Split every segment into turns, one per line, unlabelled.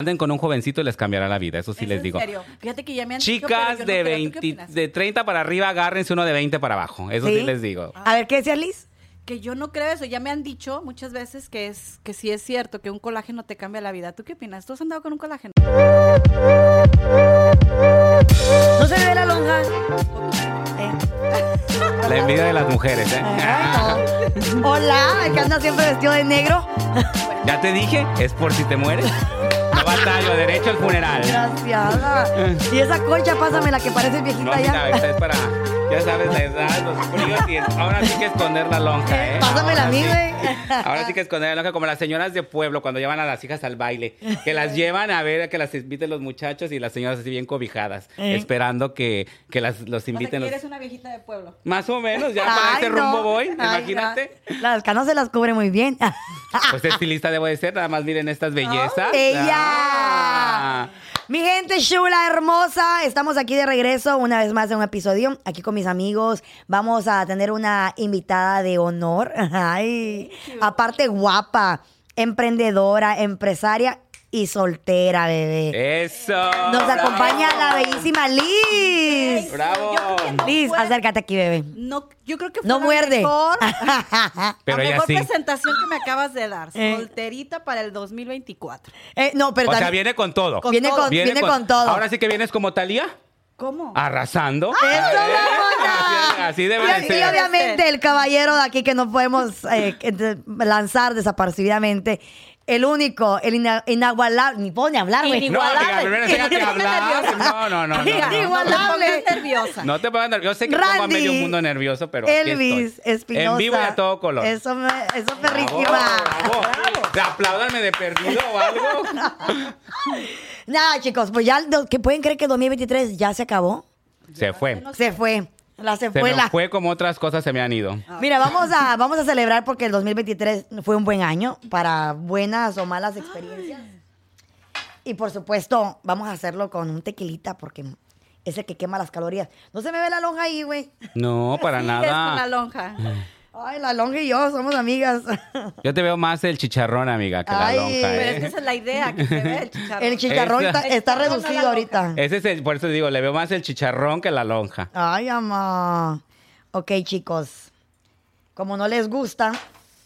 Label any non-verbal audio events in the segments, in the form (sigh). anden con un jovencito y les cambiará la vida, eso sí
Es
les
en
digo.
serio. Fíjate que ya me han dicho,
Chicas
pero yo no
de,
creo. ¿Tú qué
20
opinas?
de 30 para arriba, agárrense uno de 20 para abajo, eso sí,
¿Sí?
les digo.
Ah,
A ver, ¿qué decía Liz?
Que yo no creo eso. Ya me han dicho muchas veces que es que sí es cierto que un colágeno te cambia la vida. ¿Tú qué opinas? ¿Tú has andado con un colágeno?
No se le ve la lonja. Eh,
La envidia de las mujeres, ¿eh?
Ah,
ay, no. Hola, el que anda siempre vestido de negro.
Ya te dije, es por si te mueres. No batallo, derecho al funeral.
Desgraciada. Y esa colcha, pásame la que parece
No,
viejita
mira,
ya.
esta es para, ya sabes, la edad, los fríos y el- ahora sí que esconder la lonja, ¿eh?
Pásamela a mí,
Ahora sí.
güey.
Ahora sí que esconder la lonja, como las señoras de pueblo cuando llevan a las hijas al baile, que las llevan a ver, que las inviten los muchachos y las señoras así bien cobijadas,
¿Eh?
esperando que, que las, los
O sea, que
inviten. los-
eres una viejita de pueblo.
Más o menos, ya para
Ay,
ese
no.
rumbo voy,
Ay,
imagínate.
no. Las canas se las cubre muy bien. (laughs)
Pues estilista debo de ser, nada más miren estas bellezas.
Ah. ¡Ella!
Ah.
Mi gente chula, hermosa, estamos aquí de regreso una vez más en un episodio, aquí con mis amigos. Vamos a tener una invitada de honor. (laughs) Ay, aparte guapa, emprendedora, empresaria y soltera, bebé.
Eso.
Nos
Eh, bravo.
acompaña la bellísima Liz.
Bravo.
Yo creo que no
Liz,
fue-
acércate aquí, bebé. (laughs)
No, yo creo que fue
No
la
muerde. Ah,
mejor,
Pero
la
ella
mejor
sí.
presentación que me acabas de dar.
Eh.
Solterita para el 2024.
Eh, no, pero
O sea,
también-
viene con todo.
con
viene,
todo.
con, viene con todo.
Ahora sí que vienes como Talía,
¿Cómo?
Ah, arrasando.
¡Eso,
¿Eh?
mamona!
Así, así debe
Y-
de
y,
ser.
obviamente el caballero de aquí que no podemos eh, que- de- lanzar desapercibidamente. El único, el ina- inagualable, ni puedo ni hablar, güey.
No,
Igualable.
diga, primero
(laughs)
enséñate a hablar. No, no, no. no, no.
No te
Inigualable.
pongas nerviosa.
No te pongas nervioso. Yo sé que pongo a
Randy,
medio mundo nervioso, pero aquí
Elvis
estoy.
Espinosa.
En vivo y a todo color.
Eso, me, eso
Bravo,
perrísima.
bravo. Te Apláudanme de perdido o algo.
Nada, chicos, pues ya, do- que pueden creer que 2023 ya se acabó.
Se fue.
Se fue. La
Se me
secuela.
fue como otras cosas se me han ido.
Mira, vamos a, vamos a celebrar porque el 2023 fue un buen año para buenas o malas experiencias. Y por supuesto, vamos a hacerlo con un tequilita porque es el que quema las calorías. No se me ve la lonja ahí, güey.
No, para
Sigues con la
nada.
lonja.
Ay, la lonja y yo somos amigas.
Yo te veo más el chicharrón, amiga, que la
Ay,
lonja.
Pero
¿eh?
es que esa es la idea, que se vea el chicharrón.
El chicharrón
Esa-
está, está
El chicharrón a la
reducido
lonja.
ahorita.
Ese es el, por eso digo, le veo más el chicharrón que la lonja.
Ay, ama. Ok, chicos. Como no les gusta,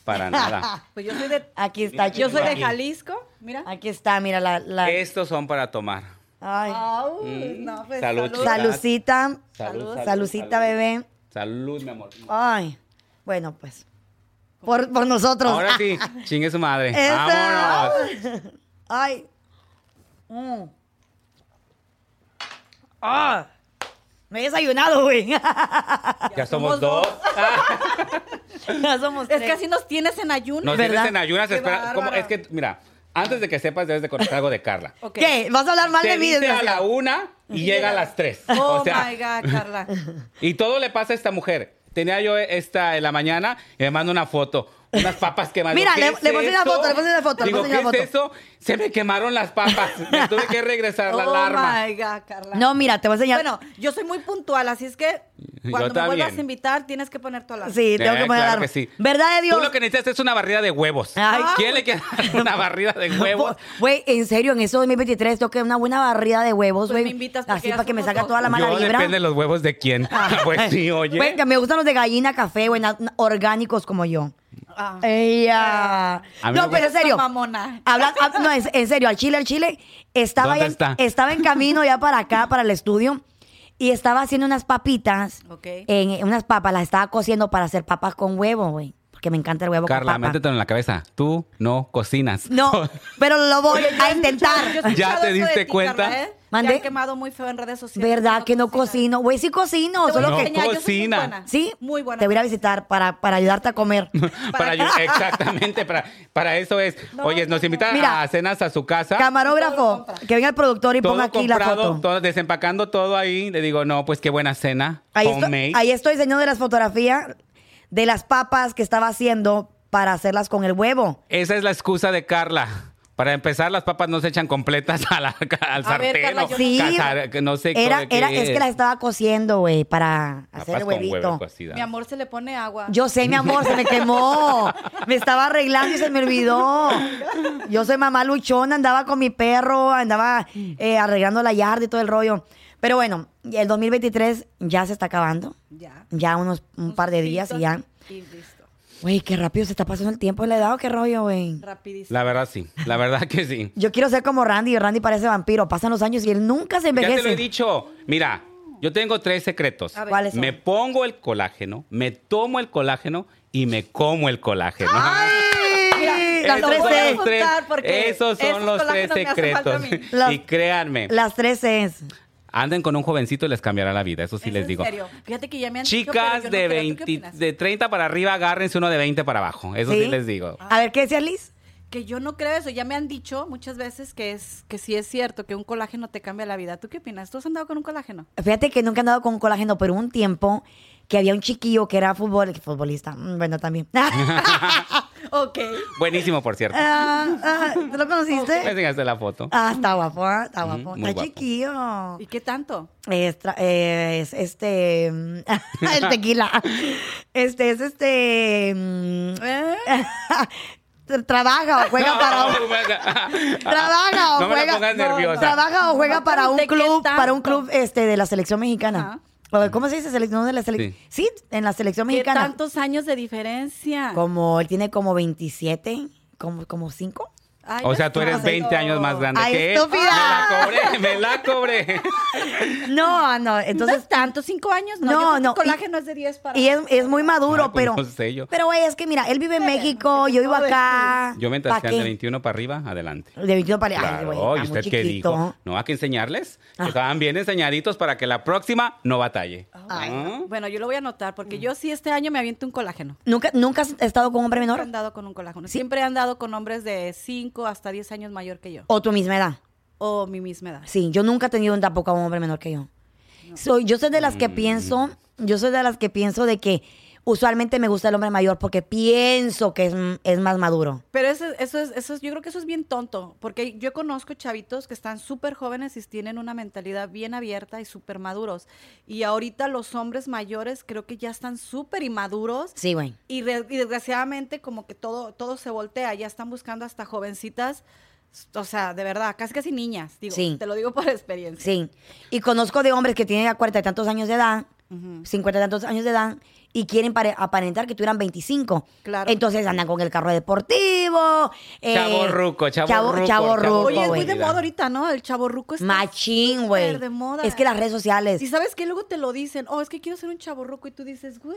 Para nada.
Pues yo soy de,
aquí está,
yo
chicos.
soy de
Aquí.
Jalisco, mira.
Aquí está, mira la... la-
Estos son para tomar.
Ay.
Au,
Mm.
no, pues,
Salud,
salud.
chicas.
Salucita.
Salud, salud,
Salucita,
salud.
bebé.
Salud, mi amor.
Ay, bueno, pues. Por, por nosotros.
Ahora sí, chingue su madre.
Esa.
Vámonos.
Ay. Mm. Ah. Me he
(laughs)
desayunado, güey.
Ya somos dos.
ya somos
Es
tres.
que así nos tienes en ayuno.
Nos
¿Verdad?
tienes en ayunas.
Qué
espera, ¿cómo?
bárbaro.
Es que, mira, antes de que sepas, debes de conocer algo de Carla.
Ok.
¿Qué? ¿Vas a hablar mal
Se
de mí,
viste a
desgraciado?
la una y llega a las tres.
Oh
o sea,
my God, Carla.
Y todo le pasa a esta mujer. Tenía yo esta en la mañana y me manda una foto. Unas papas quemadas.
Mira,
¿Qué
le-
es
le puse una
esto?
foto, le puse una foto, le
Digo,
puse una
¿qué es eso? Se me quemaron las
(laughs)
papas. Me tuve que regresar (laughs) la
oh
alarma.
my God, Carla.
No, mira, te voy a enseñar.
Bueno, yo soy muy puntual, así es que
Yo
cuando me vuelvas
también.
a invitar tienes que poner tu alarma.
sí, tengo
Eh,
que poner
claro
alarma.
que sí.
¿Verdad de Dios?
Tú lo que necesitas es una barrida de huevos.
Ay.
¿Quién le quiere dar
(laughs)
una barrida de huevos?
Güey, en serio, en eso 2023 tengo que una buena barrida de huevos,
Pues
güey.
me invitas porque
Así
ya
para que me
somos
saca
dos.
toda la mala
Yo
vibra.
depende de los huevos de quién. (laughs) pues sí, oye.
Güey, que me gustan los de gallina, café, güey, na- na- orgánicos como yo.
Ah.
Ella.
A mí me
No, Eh, pero en
gusta-
serio.
Mamona.
Habla- hab- no, en, en serio, al Chile, al Chile. Estaba,
¿Dónde
ya-
está?
estaba en camino ya para acá, para el estudio. Y estaba haciendo unas papitas.
Ok.
En, en unas papas, las estaba cociendo para hacer papas con huevo, güey. Porque me encanta el huevo
Carla,
con papa.
métetelo en la cabeza. Tú no cocinas. (laughs)
No, pero lo voy a intentar.
Yo he escuchado
¿Ya te
eso de
diste
ti,
cuenta?
Carla, ¿eh?
¿Mandé?
Te han quemado muy feo en redes sociales.
¿Verdad que no
cocinas.
cocino? Güey, sí cocino,
Te voy a
solo que...
enseñar, yo soy muy
Cocina.
buena.
Sí,
Muy buena.
Te voy a ir a visitar para, para ayudarte a
(laughs)
comer.
Para ayu-
(laughs)
exactamente, para, para eso es.
No,
Oye, nos
no,
invitan
no. Mira.
a cenas a su casa.
Todo
Camarógrafo,
lo compra.
que venga el productor y ponga
todo
aquí la
comprado,
foto.
todo- desempacando todo ahí. Le digo, no, pues qué buena cena.
Ahí
homemade.
estoy, ahí estoy enseñando de las fotografías de las papas que estaba haciendo para hacerlas con el huevo.
Esa es la excusa de Carla. Para empezar, las papas no se echan completas a la- al
A ver,
sartén.
Carla,
o
yo no
Sí.
sé.
cazar- que no sé
Era,
qué
era, es que las
es.
estaba cociendo, güey, para hacer
Papas
el
con huevo pues.
huevito.
cocida.
Mi amor se le pone agua.
Yo sé, mi amor, se
(laughs)
me quemó. Me estaba arreglando y se me olvidó. Yo soy mamá luchona, andaba con mi perro, andaba eh, arreglando la yarda y todo el rollo. Pero bueno, el 2023 ya se está acabando.
Ya.
Ya unos un par de días y ya.
Y listo.
Güey, qué rápido se está pasando el tiempo. ¿Le he dado qué rollo, güey?
Rapidísimo.
La verdad sí, la verdad que sí.
Yo quiero ser como Randy. Randy parece vampiro. Pasan los años y él nunca se
Ya
(laughs) envejece.
te lo he dicho. Mira, yo tengo tres secretos.
A ver.
¿Cuáles son?
Me pongo el colágeno, me tomo el colágeno y me como el colágeno. (laughs)
¡Ay! Las
Esos
tres
son
E.
C.
los tres-
Apuntar, porque
esos son
esos
los tres
colágenos me hacen
secretos.
falta a mí.
Las-
y créanme,
Las tres Cs.
anden con un jovencito y les cambiará la vida, eso sí
¿Es
les
en
digo.
serio? Fíjate que ya me han dicho,
Chicas
pero yo no
de,
creo. ¿Tú qué
20,
opinas?
de 30 para arriba, agárrense uno de 20 para abajo, eso sí, les digo.
A ver, ¿qué decías, Liz?
Que yo no creo eso. Ya me han dicho muchas veces que es que sí es cierto que un colágeno te cambia la vida. ¿Tú qué opinas? ¿Tú has andado con un colágeno?
Fíjate que nunca he andado con colágeno, pero hubo un tiempo que había un chiquillo que era fútbol, futbolista. Mm, Bueno, también. (laughs)
Ok.
Buenísimo, por
(laughs)
cierto.
Ah, ah, ¿Tú lo
Me
conociste?
(laughs) enseñaste la foto.
Ah, está guapo, ah, está
Ujú,
guapo.
Mm, muy
Está
guapo.
chiquillo.
¿Y qué tanto?
Es, tra- eh, es este. mm, (laughs) el tequila. Este es este. mm, (laughs)
Eh,
tra- Trabaja
(laughs)
o juega para un. Trabaja o
No me la
juega.
pongas
no,
nerviosa.
Trabaja o juega
No
para un
pregunté qué
club,
tanto. Ah.
para un club este de la selección mexicana. O, ¿Cómo se dice selección de la selección? Sí. en la selección
¿Qué
mexicana.
tantos años de diferencia?
Como él tiene como 27, como
(laughs)
como 5.
Ay,
O
no
sea, tú eres
tanto.
20 años más grande
Ay,
que él.
estúpida.
Me la cobré, me la cobré.
(laughs)
No, ah, no,
Entonces,
entonces
tanto, cinco años. No, Yo creo
No,
que
no,
El colágeno es de 10 para.
y es, es muy maduro,
Ah, pues
pero
no sé yo.
Pero güey, es que mira, él vive en México,
¿qué te
yo vivo
puedo
acá.
Yo mientras
¿Pa'
sean de
qué?
21 para arriba, adelante.
De 21 para Ay,
Claro,
güey,
¿y
está muy
usted qué
chiquito. Ah.
dijo? No, hay que enseñarles. Que estaban bien enseñaditos para que la próxima no batalle.
Ay,
¿Ah?
Bueno, yo lo voy a anotar porque
Mm.
yo sí este año me aviento un colágeno.
Nunca nunca has estado con un hombre
Siempre he
menor
andado con un colágeno. Siempre he andado con hombres de 5 hasta 10 años mayor que yo.
o tu misma edad.
O mi misma edad.
Sí, yo nunca he tenido un tampoco a un hombre menor que yo. Soy, yo soy de las
Mm.
que pienso, yo soy de las que pienso de que usualmente me gusta el hombre mayor porque pienso que es, es más maduro.
Pero eso, eso es, eso es- yo creo que eso es bien tonto, porque yo conozco chavitos que están súper jóvenes y tienen una mentalidad bien abierta y súper maduros. Y ahorita los hombres mayores creo que ya están súper inmaduros
Sí, güey.
y, re- y desgraciadamente como que todo, todo se voltea, ya están buscando hasta jovencitas, s- o sea, de verdad, casi casi niñas, digo,
Sí.
te lo digo por experiencia.
Sí. Y conozco de hombres que tienen ya cuarenta y tantos años de edad, cincuenta y tantos años de edad, y quieren pare- aparentar que tuvieran 25.
Claro.
Entonces andan con el carro deportivo. eh,
Chavo ruco, chavo ruco,
Chavo
chavo
ruco,
Oye, es muy
güey.
de moda ahorita, ¿no? El chaborruco está
Machín,
súper
güey.
de moda.
Es que las redes sociales.
Y sabes que luego te lo dicen, oh, es que quiero ser un chaborruco y tú dices, what?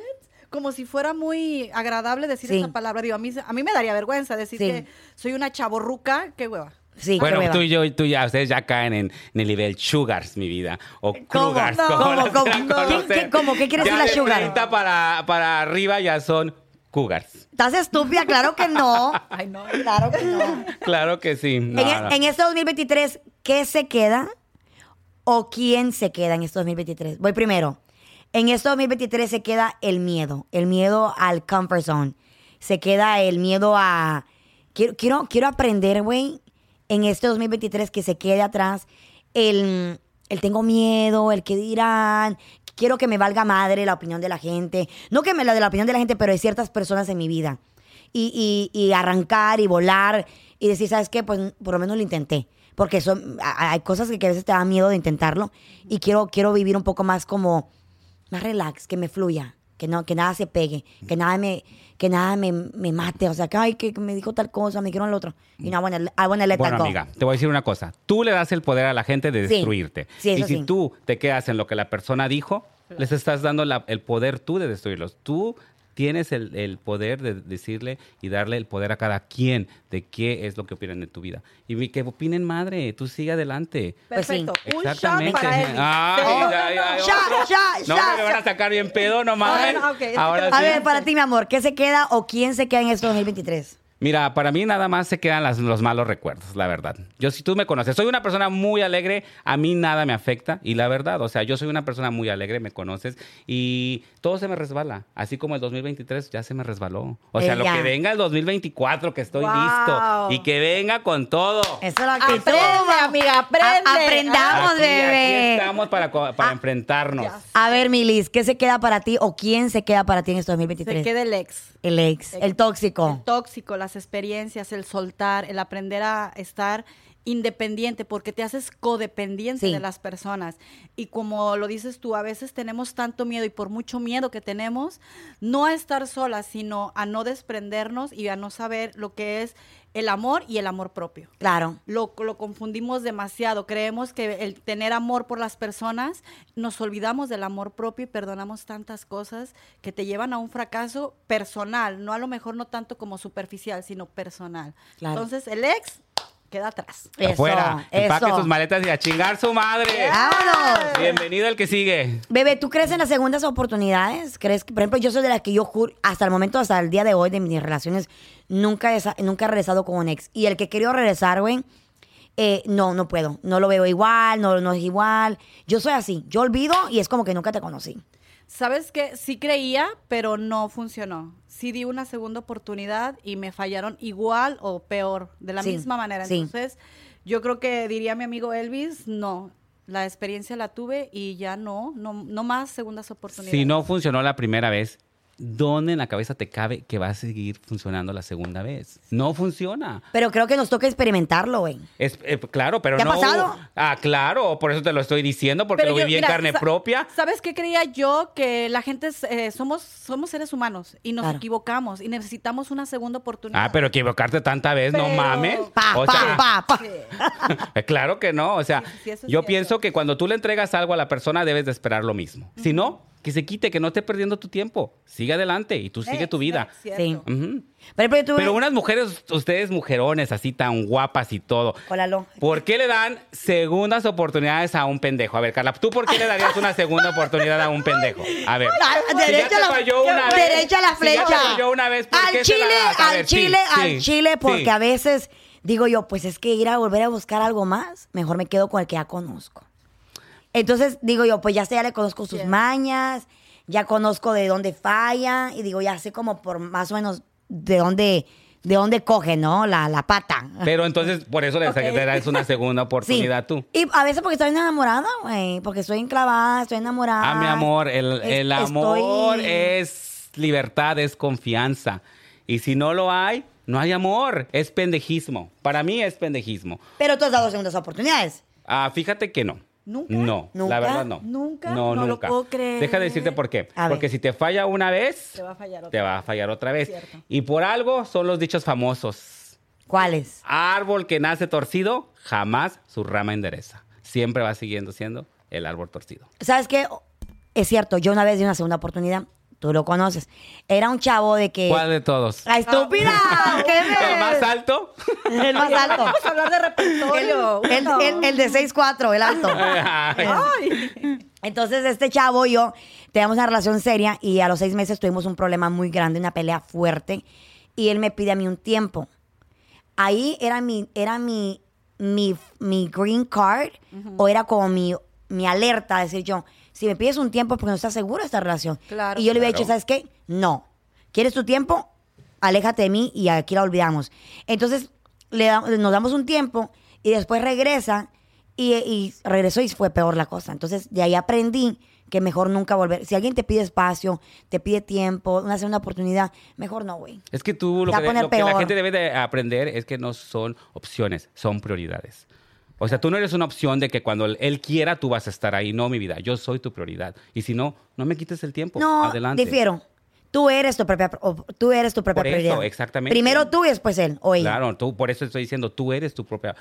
Como si fuera muy agradable decir
Sí.
esa palabra. Digo, a mí, se- a mí me daría vergüenza decir
Sí.
que soy una chaborruca, qué hueva.
Sí, qué
Bueno,
hueva.
tú y yo, tú ya, ustedes ya caen en, en el nivel sugars, mi vida. O crugars.
No,
como
¿cómo,
las
cómo?
quieran
No. ¿Qué-
conocer.
qué- cómo? ¿Qué quiere
Ya
decir la
de
sugar?
30 para, para arriba ya son cougars.
¿Estás estúpida? Claro que no.
Ay, no.
Claro que no.
Claro que sí. No,
en, e-
no.
en este 2023, ¿qué se queda o quién se queda en este 2023? Voy primero. En este 2023 se queda el miedo, el miedo al comfort zone. Se queda el miedo a... Quiero, quiero, quiero aprender, güey, en este 2023 que se quede atrás el, el tengo miedo, el que dirán, quiero que me valga madre la opinión de la gente. No que me la de la opinión de la gente, pero de ciertas personas en mi vida y, y- y arrancar y volar y decir, ¿sabes qué? Pues por lo menos lo intenté. Porque son, a- a- hay cosas que, que a veces te da miedo de intentarlo y quiero, quiero vivir un poco más como, más relax, que me fluya, que, no, que nada se pegue, que nada me, que nada me, me mate. O sea, que, ay, que me dijo tal cosa, me dijeron el otro. Y no, bueno, I wanna let that
Bueno,
go.
amiga, te voy a decir una cosa. Tú le das el poder a la gente de
Sí.
destruirte.
Sí, eso
y si
sí.
tú te quedas en lo que la persona dijo, les estás dando la- el poder tú de destruirlos. Tú tienes el, el poder de decirle y darle el poder a cada quien de qué es lo que opinan en tu vida. Y mi- que opinen, madre, tú sigue adelante.
Pues sí.
Perfecto. Un shot para él.
Ay, ay, ay,
Ya,
otro.
ya,
No,
ya,
me lo van a sacar bien pedo, no mames.
Ahora, ok, es que
Ahora
te-
sí.
A ver, para ti, mi amor, ¿qué se queda o quién se queda en este 2023?
Mira, para mí nada más se quedan las- los malos recuerdos, la verdad. Yo, si tú me conoces, soy una persona muy alegre, a mí nada me afecta y la verdad, o sea, yo soy una persona muy alegre, me conoces y todo se me resbala, así como el 2023 ya se me resbaló. O sea, lo
Ella.
que venga el 2024, que estoy
Wow.
listo y que venga con todo.
Eso es la actitud.
Aprende,
ma-
amiga, aprende.
A- aprendamos,
Aquí- aquí
bebé. Ah,
estamos para, co- para enfrentarnos.
A ver, Milis, ¿qué se queda para ti o quién se queda para ti en
Se
este 2023?
queda el ex.
El ex, el tóxico.
El tóxico, las experiencias, el soltar, el aprender a estar independiente, porque te haces codependiente
Sí.
de las personas. Y como lo dices tú, a veces tenemos tanto miedo y por mucho miedo que tenemos, no a estar solas, sino a no desprendernos y a no saber lo que es el amor y el amor propio
Claro.
lo, lo confundimos demasiado. Creemos que el tener amor por las personas, nos olvidamos del amor propio y perdonamos tantas cosas que te llevan a un fracaso personal, no a lo mejor no tanto como superficial, sino personal.
Claro.
Entonces el ex queda atrás.
Eso,
Afuera, empaque
eso.
sus maletas y a chingar su madre.
¡Vámonos!
Bienvenido al que sigue.
Bebé, ¿tú crees en las segundas oportunidades? ¿Crees que, por ejemplo, yo soy de las que yo juro, hasta el momento, hasta el día de hoy de mis relaciones, nunca he, sa- nunca he regresado con un ex. Y el que he querido regresar, güey, eh, no, no puedo. No lo veo igual, no, no es igual. Yo soy así. Yo olvido y es como que nunca te conocí.
¿Sabes qué? Sí creía, pero no funcionó. Sí di una segunda oportunidad y me fallaron igual o peor, de la
Sí,
misma manera.
sí.
Entonces, yo creo que diría mi amigo Elvis, no. La experiencia la tuve y ya no, no, no más segundas oportunidades.
Si no funcionó la primera vez, ¿dónde en la cabeza te cabe que va a seguir funcionando la segunda vez? No funciona.
Pero creo que nos toca experimentarlo, güey.
Es, eh, claro, pero
¿Te ha
no.
pasado?
Ah, claro, por eso te lo estoy diciendo, porque
Pero
lo
yo-
viví en
mira,
carne
sa-
propia.
¿Sabes qué creía yo? Que la gente, es, eh, somos, somos seres humanos y nos
Claro.
equivocamos y necesitamos una segunda oportunidad.
Ah,
(laughs)
pero equivocarte tanta vez, no
Pero-
mames.
Pa,
O
pa,
sea,
pa, pa.
(laughs) Eh, Claro que no, o sea,
Sí, sí, eso es
yo
cierto.
pienso que cuando tú le entregas algo a la persona debes de esperar lo mismo. Si no, que se quite, que no esté perdiendo tu tiempo. Sigue adelante y tú pues
(laughs)
sigue tu vida.
Sí.
Ujú.
Por ejemplo, yo tuve...
Pero unas mujeres, ustedes mujerones así tan guapas y todo,
Hola, Lo.
¿por qué le dan segundas oportunidades a un pendejo? A ver, Carla, ¿tú por qué le darías una segunda oportunidad a un pendejo? A ver.
Ah,
Si ya te
derecha a la-
falló una vez,
derecha a la
si ya
flecha.
te falló una vez, ¿por
al
qué se la
chile,
das? A
al
ver, sí,
chile,
sí,
al chile, porque
sí.
a veces digo yo, pues es que ir a volver a buscar algo más, mejor me quedo con el que ya conozco. Entonces digo yo, pues ya sé, ya le conozco sus
Sí.
mañas, ya conozco de dónde falla y digo, ya sé como por más o menos de dónde de dónde coge, ¿no? La, la pata.
Pero entonces, por eso le
Ok.
le das una segunda oportunidad tú.
Y a veces porque estoy enamorada, güey, porque estoy enclavada, estoy enamorada.
Ah, mi amor, el,
Es-
el amor
estoy-
es libertad, es confianza. Y si no lo hay, no hay amor. Es pendejismo. Para mí es pendejismo.
Pero tú has dado segundas oportunidades.
Ah, fíjate que no.
¿Nunca?
No,
¿Nunca?
la verdad no.
¿Nunca?
No,
No lo
nunca.
puedo creer.
Deja de decirte por qué.
A ver.
Porque si te falla una vez,
Te va a fallar otra
te va a
vez.
fallar otra vez.
Cierto.
Y por algo son los dichos famosos.
¿Cuáles?
Árbol que nace torcido, jamás su rama endereza. Siempre va siguiendo siendo el árbol torcido.
¿Sabes qué? Es cierto, yo una vez di una segunda oportunidad. Tú lo conoces. Era un chavo de que.
¿Cuál de todos?
Eh,
(laughs)
¡La estúpida! ¿Qué
(laughs) ¿El más
ves?
alto? (laughs)
El más alto.
Vamos a hablar de repertorio.
El,
uno.
el- el de 6'4,
(laughs)
el alto. Ah.
Ay.
Entonces, este chavo y yo teníamos una relación seria y a los seis meses tuvimos un problema muy grande, una pelea fuerte. Y él me pide a mí un tiempo. Ahí era mi, era mi, mi, mi green card o era como mi, mi alerta, decir yo, si me pides un tiempo es porque no estás seguro de esta relación.
Claro.
y yo le había
Claro.
dicho, ¿sabes qué? No. ¿Quieres tu tiempo? Aléjate de mí y aquí la olvidamos. Entonces, le da- nos damos un tiempo y después regresa y, y regresó y fue peor la cosa. Entonces, de ahí aprendí que mejor nunca volver. Si alguien te pide espacio, te pide tiempo, una segunda oportunidad, mejor no, güey.
Es que tú lo,
Va a
que, de-
poner
lo que la
peor.
gente debe de aprender es que no son opciones, son prioridades. O sea, tú no eres una opción de que cuando él- él quiera tú vas a estar ahí. No, mi vida, yo soy tu prioridad. Y si no, no me quites el tiempo.
No,
Pues, Adelante.
difiero. Tú eres tu propia, o tú eres tu propia
Por eso,
prioridad.
exactamente.
Primero tú y después él o ella.
Claro, tú, por eso estoy diciendo, tú eres tu propia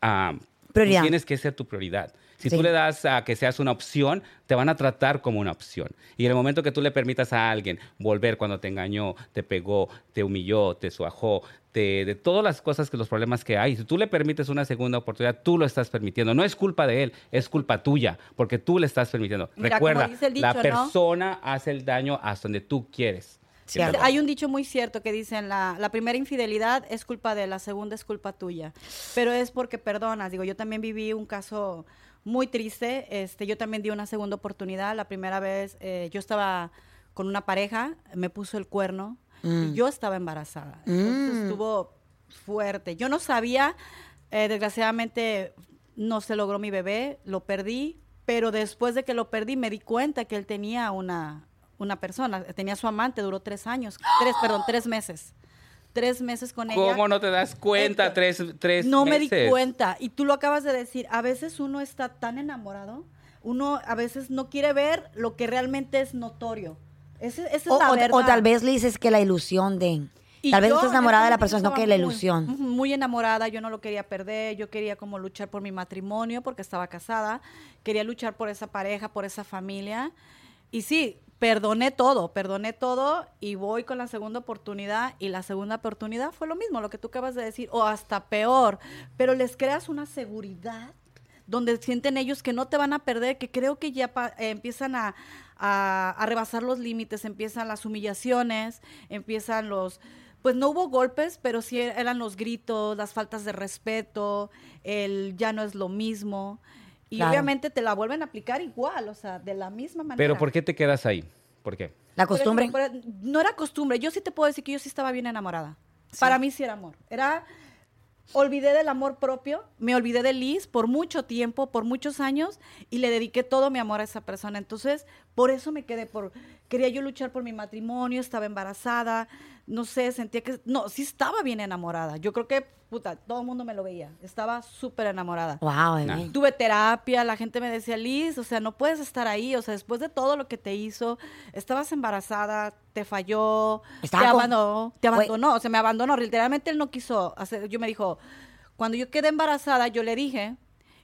ah,
Prioridad.
tú Tienes que ser tu prioridad. Si
Sí.
tú le das a que seas una opción, te van a tratar como una opción. Y en el momento que tú le permitas a alguien volver cuando te engañó, te pegó, te humilló, te suajó, te- de todas las cosas que los problemas que hay, si tú le permites una segunda oportunidad, tú lo estás permitiendo. No es culpa de él, es culpa tuya, porque tú le estás permitiendo.
Mira, como
Recuerda,
dice el
la
dicho, ¿no?
persona hace el daño hasta donde tú quieres.
Cierto.
Hay un dicho muy cierto que dicen, la, la primera infidelidad es culpa de él, la segunda es culpa tuya, pero es porque perdonas. Digo, yo también viví un caso muy triste, este, yo también di una segunda oportunidad. La primera vez eh, yo estaba con una pareja, me puso el cuerno y yo estaba embarazada.
Mm.
Entonces estuvo fuerte. Yo no sabía, eh, desgraciadamente no se logró mi bebé, lo perdí, pero después de que lo perdí me di cuenta que él tenía una, una persona, tenía su amante, duró tres años, tres, perdón, tres meses. Tres meses con ella.
¿Cómo no te das cuenta?
Esto.
Tres, tres
No me di
meses?
cuenta. Y tú lo acabas de decir. A veces uno está tan enamorado, uno a veces no quiere ver lo que realmente es notorio. Ese- esa es
O,
la
o- o
verdad.
tal vez le dices que la ilusión de.
Y
tal vez
yo
no estás
en
enamorada
ese
de la
momento
persona, no
estaba
que la
muy-
ilusión.
ujú, Muy enamorada, yo no lo quería perder, yo quería como luchar por mi matrimonio porque estaba casada, quería luchar por esa pareja, por esa familia. Y sí, perdoné todo, perdoné todo y voy con la segunda oportunidad y la segunda oportunidad fue lo mismo, lo que tú acabas de decir, o hasta peor, pero les creas una seguridad donde sienten ellos que no te van a perder, que creo que ya pa- eh, empiezan a, a- a rebasar los límites, empiezan las humillaciones, empiezan los... Pues no hubo golpes, pero sí er- eran los gritos, las faltas de respeto, el ya no es lo mismo. Y
Claro.
obviamente te la vuelven a aplicar igual, o sea, de la misma manera.
Pero ¿por qué te quedas ahí? ¿Por qué?
La
Por
costumbre.
ejemplo, por- e-, no era costumbre. Yo sí te puedo decir que yo sí estaba bien enamorada. Para mí sí era amor. Era. Olvidé del amor propio, me olvidé de Liz por mucho tiempo, por muchos años, y le dediqué todo mi amor a esa persona. Entonces, por eso me quedé por. Quería yo luchar por mi matrimonio, estaba embarazada, no sé, sentía que. No, sí estaba bien enamorada. Yo creo que, puta, todo el mundo me lo veía. Estaba súper enamorada.
Wow, bebé.
Nah.
Tuve terapia, la gente me decía, Liz, o sea, no puedes estar ahí, o sea, después de todo lo que te hizo, estabas embarazada, te falló,
Estaba
te
con-
abandonó, te
Güey.
abandonó, o sea, me abandonó, literalmente él no quiso hacer, yo me dijo, cuando yo quedé embarazada, yo le dije,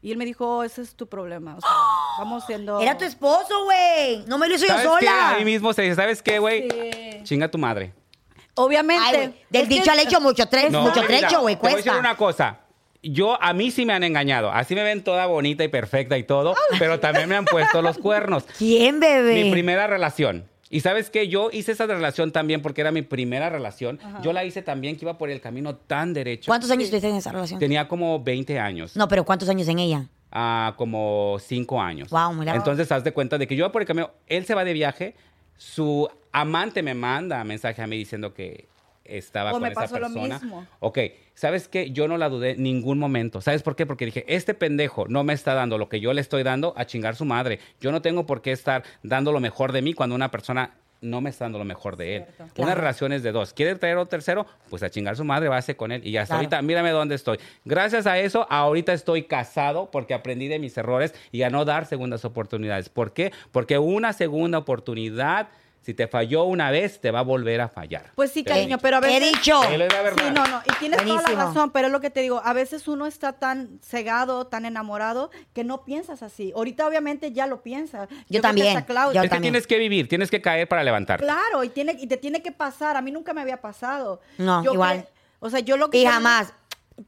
y él me dijo, "Oh, ese es tu problema, o
(gasps)
sea, vamos siendo...
Era tu esposo, güey. No me lo hizo yo
¿Sabes qué?
sola.
Ahí mismo se dice, ¿sabes qué, güey?
Sí.
Chinga tu madre.
Ay,
Obviamente...
güey, Del
es
dicho
que-
al hecho, mucho, tres,
No,
mucho
mira,
trecho, güey.
Te voy a decir
Cuesta.
una cosa. Yo, a mí sí me han engañado. Así me ven toda bonita y perfecta y todo, pero también me han puesto los cuernos.
¿Quién, bebé?
Mi primera relación. Y sabes que yo hice esa relación también porque era mi primera relación. Yo la hice también que iba por el camino tan derecho.
¿Cuántos años tuviste en esa relación?
Tenía como 20 años.
No, pero ¿cuántos años en ella?
a como cinco años.
Guau, mira.
Entonces, haz de cuenta de que yo por el camino, él se va de viaje, su amante me manda mensaje a mí diciendo que estaba
O
con
me
esa
pasó lo
persona.
mismo.
Ok, ¿sabes qué? Yo no la dudé en ningún momento. ¿Sabes por qué? Porque dije, este pendejo no me está dando lo que yo le estoy dando a chingar su madre. Yo no tengo por qué estar dando lo mejor de mí cuando una persona no me está dando lo mejor de él.
Cierto.
Una
Claro.
relación es de dos. ¿Quiere traer otro tercero? Pues a chingar su madre, váyase con él. Y hasta
Claro.
ahorita, mírame dónde estoy. Gracias a eso, ahorita estoy casado porque aprendí de mis errores y a no dar segundas oportunidades. ¿Por qué? Porque una segunda oportunidad, si te falló una vez, te va a volver a fallar.
Pues sí,
Te lo
cariño,
digo.
pero a
Eh, He
veces...
dicho.
Ahí les da verdad.
Sí, no, no, y tienes toda
Buenísimo.
la razón, pero es lo que te digo, a veces uno está tan cegado, tan enamorado, que no piensas así. Ahorita obviamente ya lo piensas. creo que
también,
hasta Claudia-
Es
yo
que
también.
tienes que vivir, tienes que caer para levantar.
Claro, y, tiene, y te tiene que pasar, a mí nunca me había pasado.
No,
Yo
igual.
cre- o sea, yo lo que...
Y jamás.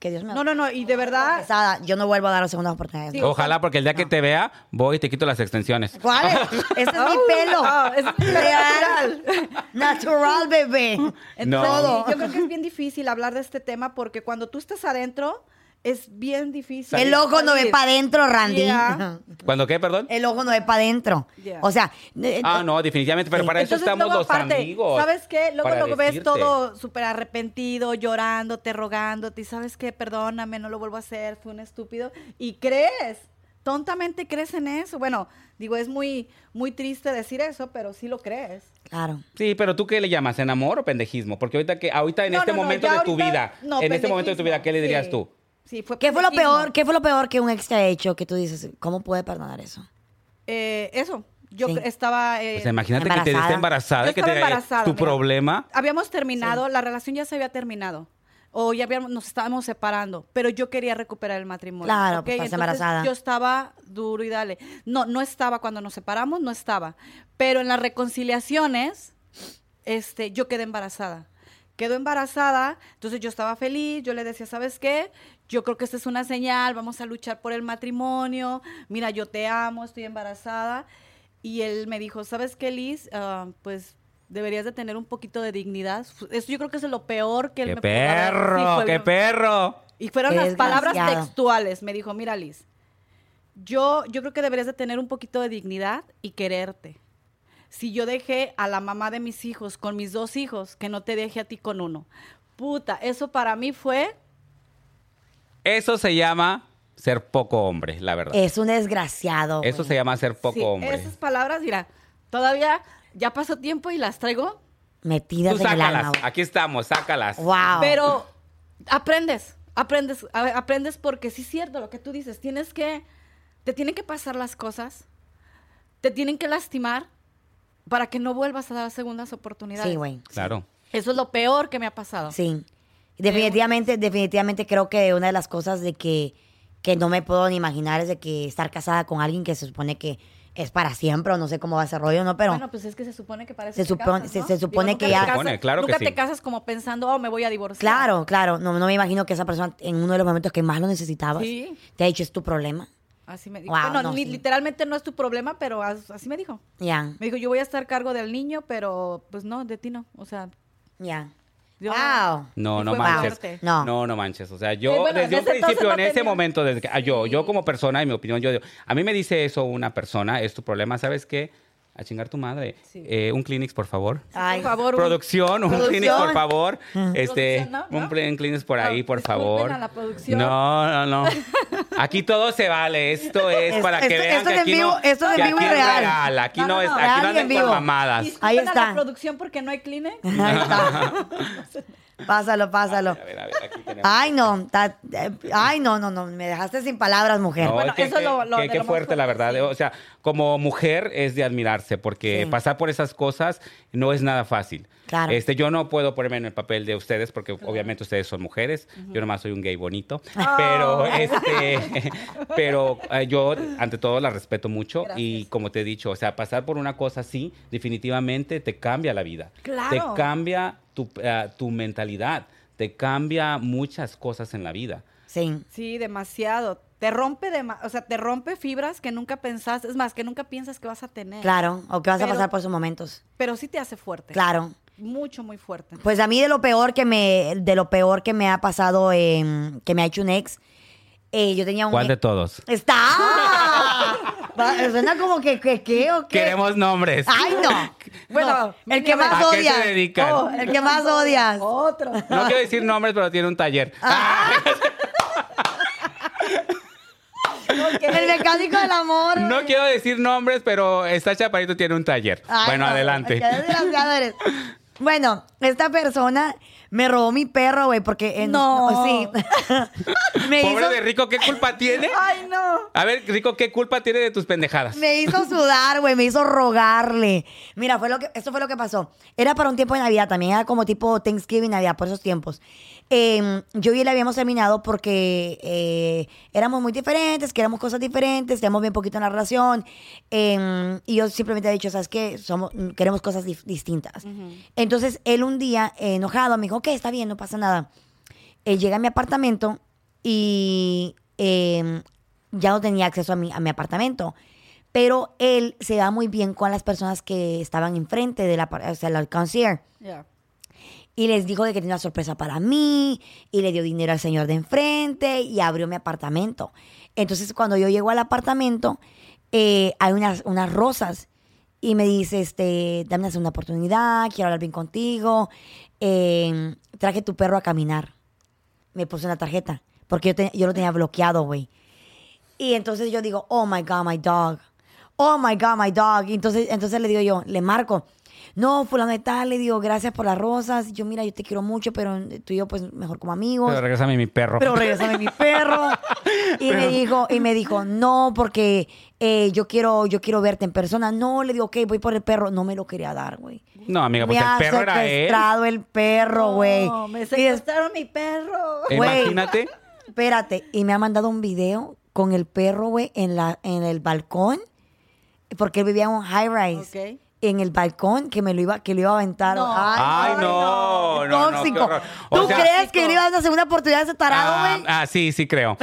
Que Dios me
No, no, no, y de verdad...
Pesada, yo no vuelvo a dar la segunda oportunidad.
Sí.
Ojalá, porque el día que te vea, voy y te quito las extensiones.
(laughs)
¿Cuál? Ese es mi
Au,
pelo.
au, ese Ah, es mi pelo
Real. Natural, bebé.
No.
Entonces, sí, yo creo que es bien difícil hablar de este tema porque cuando tú estás adentro, es bien difícil.
El ojo no ve
salir.
para adentro, Randy.
Yeah.
¿Cuándo qué, perdón?
Eh,
El ojo no ve para adentro.
Yeah.
O sea, eh,
Ah, no, definitivamente, pero
Sí.
para eso
Entonces,
estamos
luego,
los
aparte,
amigos.
¿Sabes qué? Luego
para
lo ves
decirte.
todo súper arrepentido, llorándote, rogándote, y sabes qué, perdóname, no lo vuelvo a hacer, fue un estúpido. Y crees, tontamente crees en eso. Bueno, digo, es muy, muy triste decir eso, pero sí lo crees.
claro.
Sí, pero tú qué le llamas, ¿en amor o pendejismo? Porque ahorita que ahorita en
No,
este
no, no,
momento
ya
de tu
ahorita-
vida,
no,
en este momento de tu vida, ¿qué le
pendejismo,
dirías
sí.
tú?
Sí, fue
¿Qué fue lo
pendejismo.
peor? ¿Qué fue lo peor que un ex te ha hecho que tú dices, ¿cómo puede perdonar eso?
Eh, eso, yo
Sí. Pues
cre- estaba... eh,
O sea, imagínate que te
embarazada.
esté embarazada
Yo
y que te
estaba
diga,
embarazada,
tu
mira.
problema.
habíamos terminado, la relación ya se había terminado. O ya habíamos, nos estábamos separando, pero yo quería recuperar el matrimonio.
Claro,
¿ok?
pues, estás
Entonces,
embarazada.
Yo estaba duro y dale. No, no estaba cuando nos separamos, no estaba. Pero en las reconciliaciones, este, yo quedé embarazada. Quedó embarazada, entonces yo estaba feliz, yo le decía, ¿sabes qué? Yo creo que esta es una señal, vamos a luchar por el matrimonio, mira, yo te amo, estoy embarazada. Y él me dijo, ¿sabes qué, Liz? Ah, pues Deberías de tener un poquito de dignidad. Eso yo creo que es lo peor que él
¡Qué
me pudo haber- Sí,
perro!
fue-
¡Qué perro!
Y fueron
Qué
las palabras
desgraciado.
textuales. Me dijo, mira Liz, yo, yo creo que deberías de tener un poquito de dignidad y quererte. Si yo dejé a la mamá de mis hijos con mis dos hijos, que no te deje a ti con uno. Puta, eso para mí fue...
Eso se llama ser poco hombre, la verdad.
Es un desgraciado.
Eso
güey.
se llama ser poco
sí,
hombre.
Esas palabras, mira, todavía ya pasó tiempo y las traigo,
Metidas
Tú
en el alma.
sácalas.
güey.
Aquí estamos, sácalas.
Wow.
pero aprendes, aprendes, a- aprendes porque sí es cierto lo que tú dices. Tienes que, te tienen que pasar las cosas, te tienen que lastimar para que no vuelvas a dar segundas oportunidades.
Sí, güey.
Claro.
Eso es lo peor que me ha pasado.
Sí. Definitivamente, definitivamente creo que una de las cosas de que, que no me puedo ni imaginar es de que estar casada con alguien que se supone que es para siempre o no sé cómo va ese rollo, ¿no? Pero
bueno, pues es que se supone que parece
Se supone- se- se supone que ya-
Se supone, claro que
Nunca
sí.
te casas como pensando, oh, me voy a divorciar.
claro, claro, no, no me imagino que esa persona en uno de los momentos que más lo necesitabas
Sí.
te ha dicho es tu problema.
Así me dijo.
Wow,
bueno,
no,
ni-
sí.
literalmente no es tu problema, pero as- así me dijo.
Ya,
Me dijo, yo voy a estar a cargo del niño, pero pues no, de ti no. O sea,
ya.
yo-
Wow.
No,
Y
no
fue
manches.
fuerte.
No.
no, no manches. O sea, yo
Eh, bueno,
desde un
desde entonces
principio,
no
en ese
tenía-
momento, desde que- ah, yo, yo como persona, en mi opinión, yo digo, a mí me dice eso una persona, es tu problema, ¿sabes qué? A chingar tu madre.
Sí.
Eh, un Kleenex, por favor.
Ay.
por favor. un-
Producción, un
Producción.
Kleenex, por
(laughs)
favor. Este,
Producción, ¿no?
un
¿No?
pl- Kleenex por
No,
ahí, por
disculpen
favor.
a la producción.
No, no,
(laughs)
no. Aquí todo se vale. Esto es
Es-
para que
esto-
vean
esto
que
es
aquí
en
no,
vivo- esto es
que
en vivo
aquí
y
es
real.
Aquí
No,
no,
no,
es,
no,
aquí no
real y en
anden con
vivo.
mamadas.
Disculpen
Ahí
A
está.
la producción porque no hay Kleenex.
(laughs) Ahí está. Pásalo, pásalo.
A ver, a ver, aquí tenemos.
Ay, no. ta- eh, ay, no, no, no. Me dejaste sin palabras, mujer.
No,
Bueno,
es que-
eso
que-
lo- lo-
que-
de
qué
lo más
fuerte, la
fuerte,
verdad.
sí.
O sea, como mujer es de admirarse, porque
Sí.
pasar por esas cosas no es nada fácil.
Claro.
Este, yo no puedo ponerme en el papel de ustedes, porque obviamente ustedes son mujeres. Yo nomás soy un gay bonito.
Ah. (laughs)
Pero, este, (laughs) pero eh, yo, ante todo, la respeto mucho. Y
Gracias.
como te he dicho, o sea, pasar por una cosa así, definitivamente te cambia la vida.
Claro.
Te cambia tu, eh, tu mentalidad. Te cambia muchas cosas en la vida.
Sí.
Sí, demasiado. Te rompe, dema- o sea, te rompe fibras que nunca pensaste, es más, que nunca piensas que vas a tener.
Claro. O que vas a
Pero- pues,
pasar por esos momentos.
Pero sí te hace fuerte.
Claro.
Mucho, muy fuerte.
Pues a mí de lo peor que me, de lo peor que me ha pasado, em, que me ha hecho un ex, eh, yo tenía un
¿Cuál de
ex-
todos? (laughs)
Está. Va- Suena como que, que, que, o qué.
Queremos
(laughs)
nombres.
Ay,
(laughs)
no. Bueno,
Bueno,
el que
mira,
más
¿a qué
odias.
se dedican?
Oh, el que más odias.
Otro.
Ah.
No quiero decir nombres, pero tiene un taller.
El mecánico del amor.
Ah, No
güey.
quiero decir nombres, pero está chaparito, tiene un taller.
Ay,
bueno,
no,
adelante.
qué desgraciado eres. Bueno, esta persona me robó mi perro, güey, porque en-
No.
(laughs) sí. me
Pobre
hizo
de Rico, ¿qué culpa tiene?
Ay, no.
A ver, Rico, ¿qué culpa tiene de tus pendejadas?
Me hizo sudar, güey, me hizo rogarle. Mira, fue lo que, esto fue lo que pasó. Era para un tiempo de Navidad también, era como tipo Thanksgiving, Navidad, por esos tiempos. Eh, yo y él habíamos terminado porque eh, éramos muy diferentes, queríamos cosas diferentes, teníamos bien poquito en la relación. Eh, y yo simplemente he dicho, ¿sabes qué? Somos, queremos cosas dif- distintas. Entonces, él un día, eh, enojado, me dijo, ok, está bien, no pasa nada. Él llega a mi apartamento y eh, ya no tenía acceso a mi, a mi apartamento. Pero él se da muy bien con las personas que estaban enfrente de la, par- o sea, la concierge.
Ya.
Y les dijo de que tenía una sorpresa para mí. Y le dio dinero al señor de enfrente. Y abrió mi apartamento. Entonces, cuando yo llego al apartamento, eh, hay unas, unas rosas. Y me dice, este, dame una segunda oportunidad. Quiero hablar bien contigo. eh, traje tu perro a caminar. Me puso una tarjeta. Porque yo, te- yo lo tenía bloqueado, güey. Y entonces yo digo, oh my God, my dog. Oh my God, my dog. Y entonces, entonces le digo yo, le marco. No, fulano de tal, le digo, gracias por las rosas. Yo, mira, yo te quiero mucho, pero tú y yo, pues, mejor como amigos.
Pero regresame mi perro.
Pero regresame mi
(laughs)
perro. Y me dijo, y me dijo, no, porque eh, yo quiero, yo quiero verte en persona. No, le digo, ok, voy por el perro. No me lo quería dar, güey.
No, amiga, pues
me
el
ha
perro era él.
secuestrado el perro, güey.
No, me
Y des-
secuestraron mi perro.
Eh,
güey.
Imagínate.
Espérate, y me ha mandado un video con el perro, güey, en, la, en el balcón, porque él vivía en un high rise.
Ok.
en el balcón que me lo iba, que lo iba a aventar.
No.
Ay,
Ay,
no,
no.
no, no, qué
tóxico.
horror. O
¿Tú
sea-
crees que yo le iba a dar una segunda oportunidad a ese tarado,
Ah,
güey?
ah, sí, sí creo.
(laughs)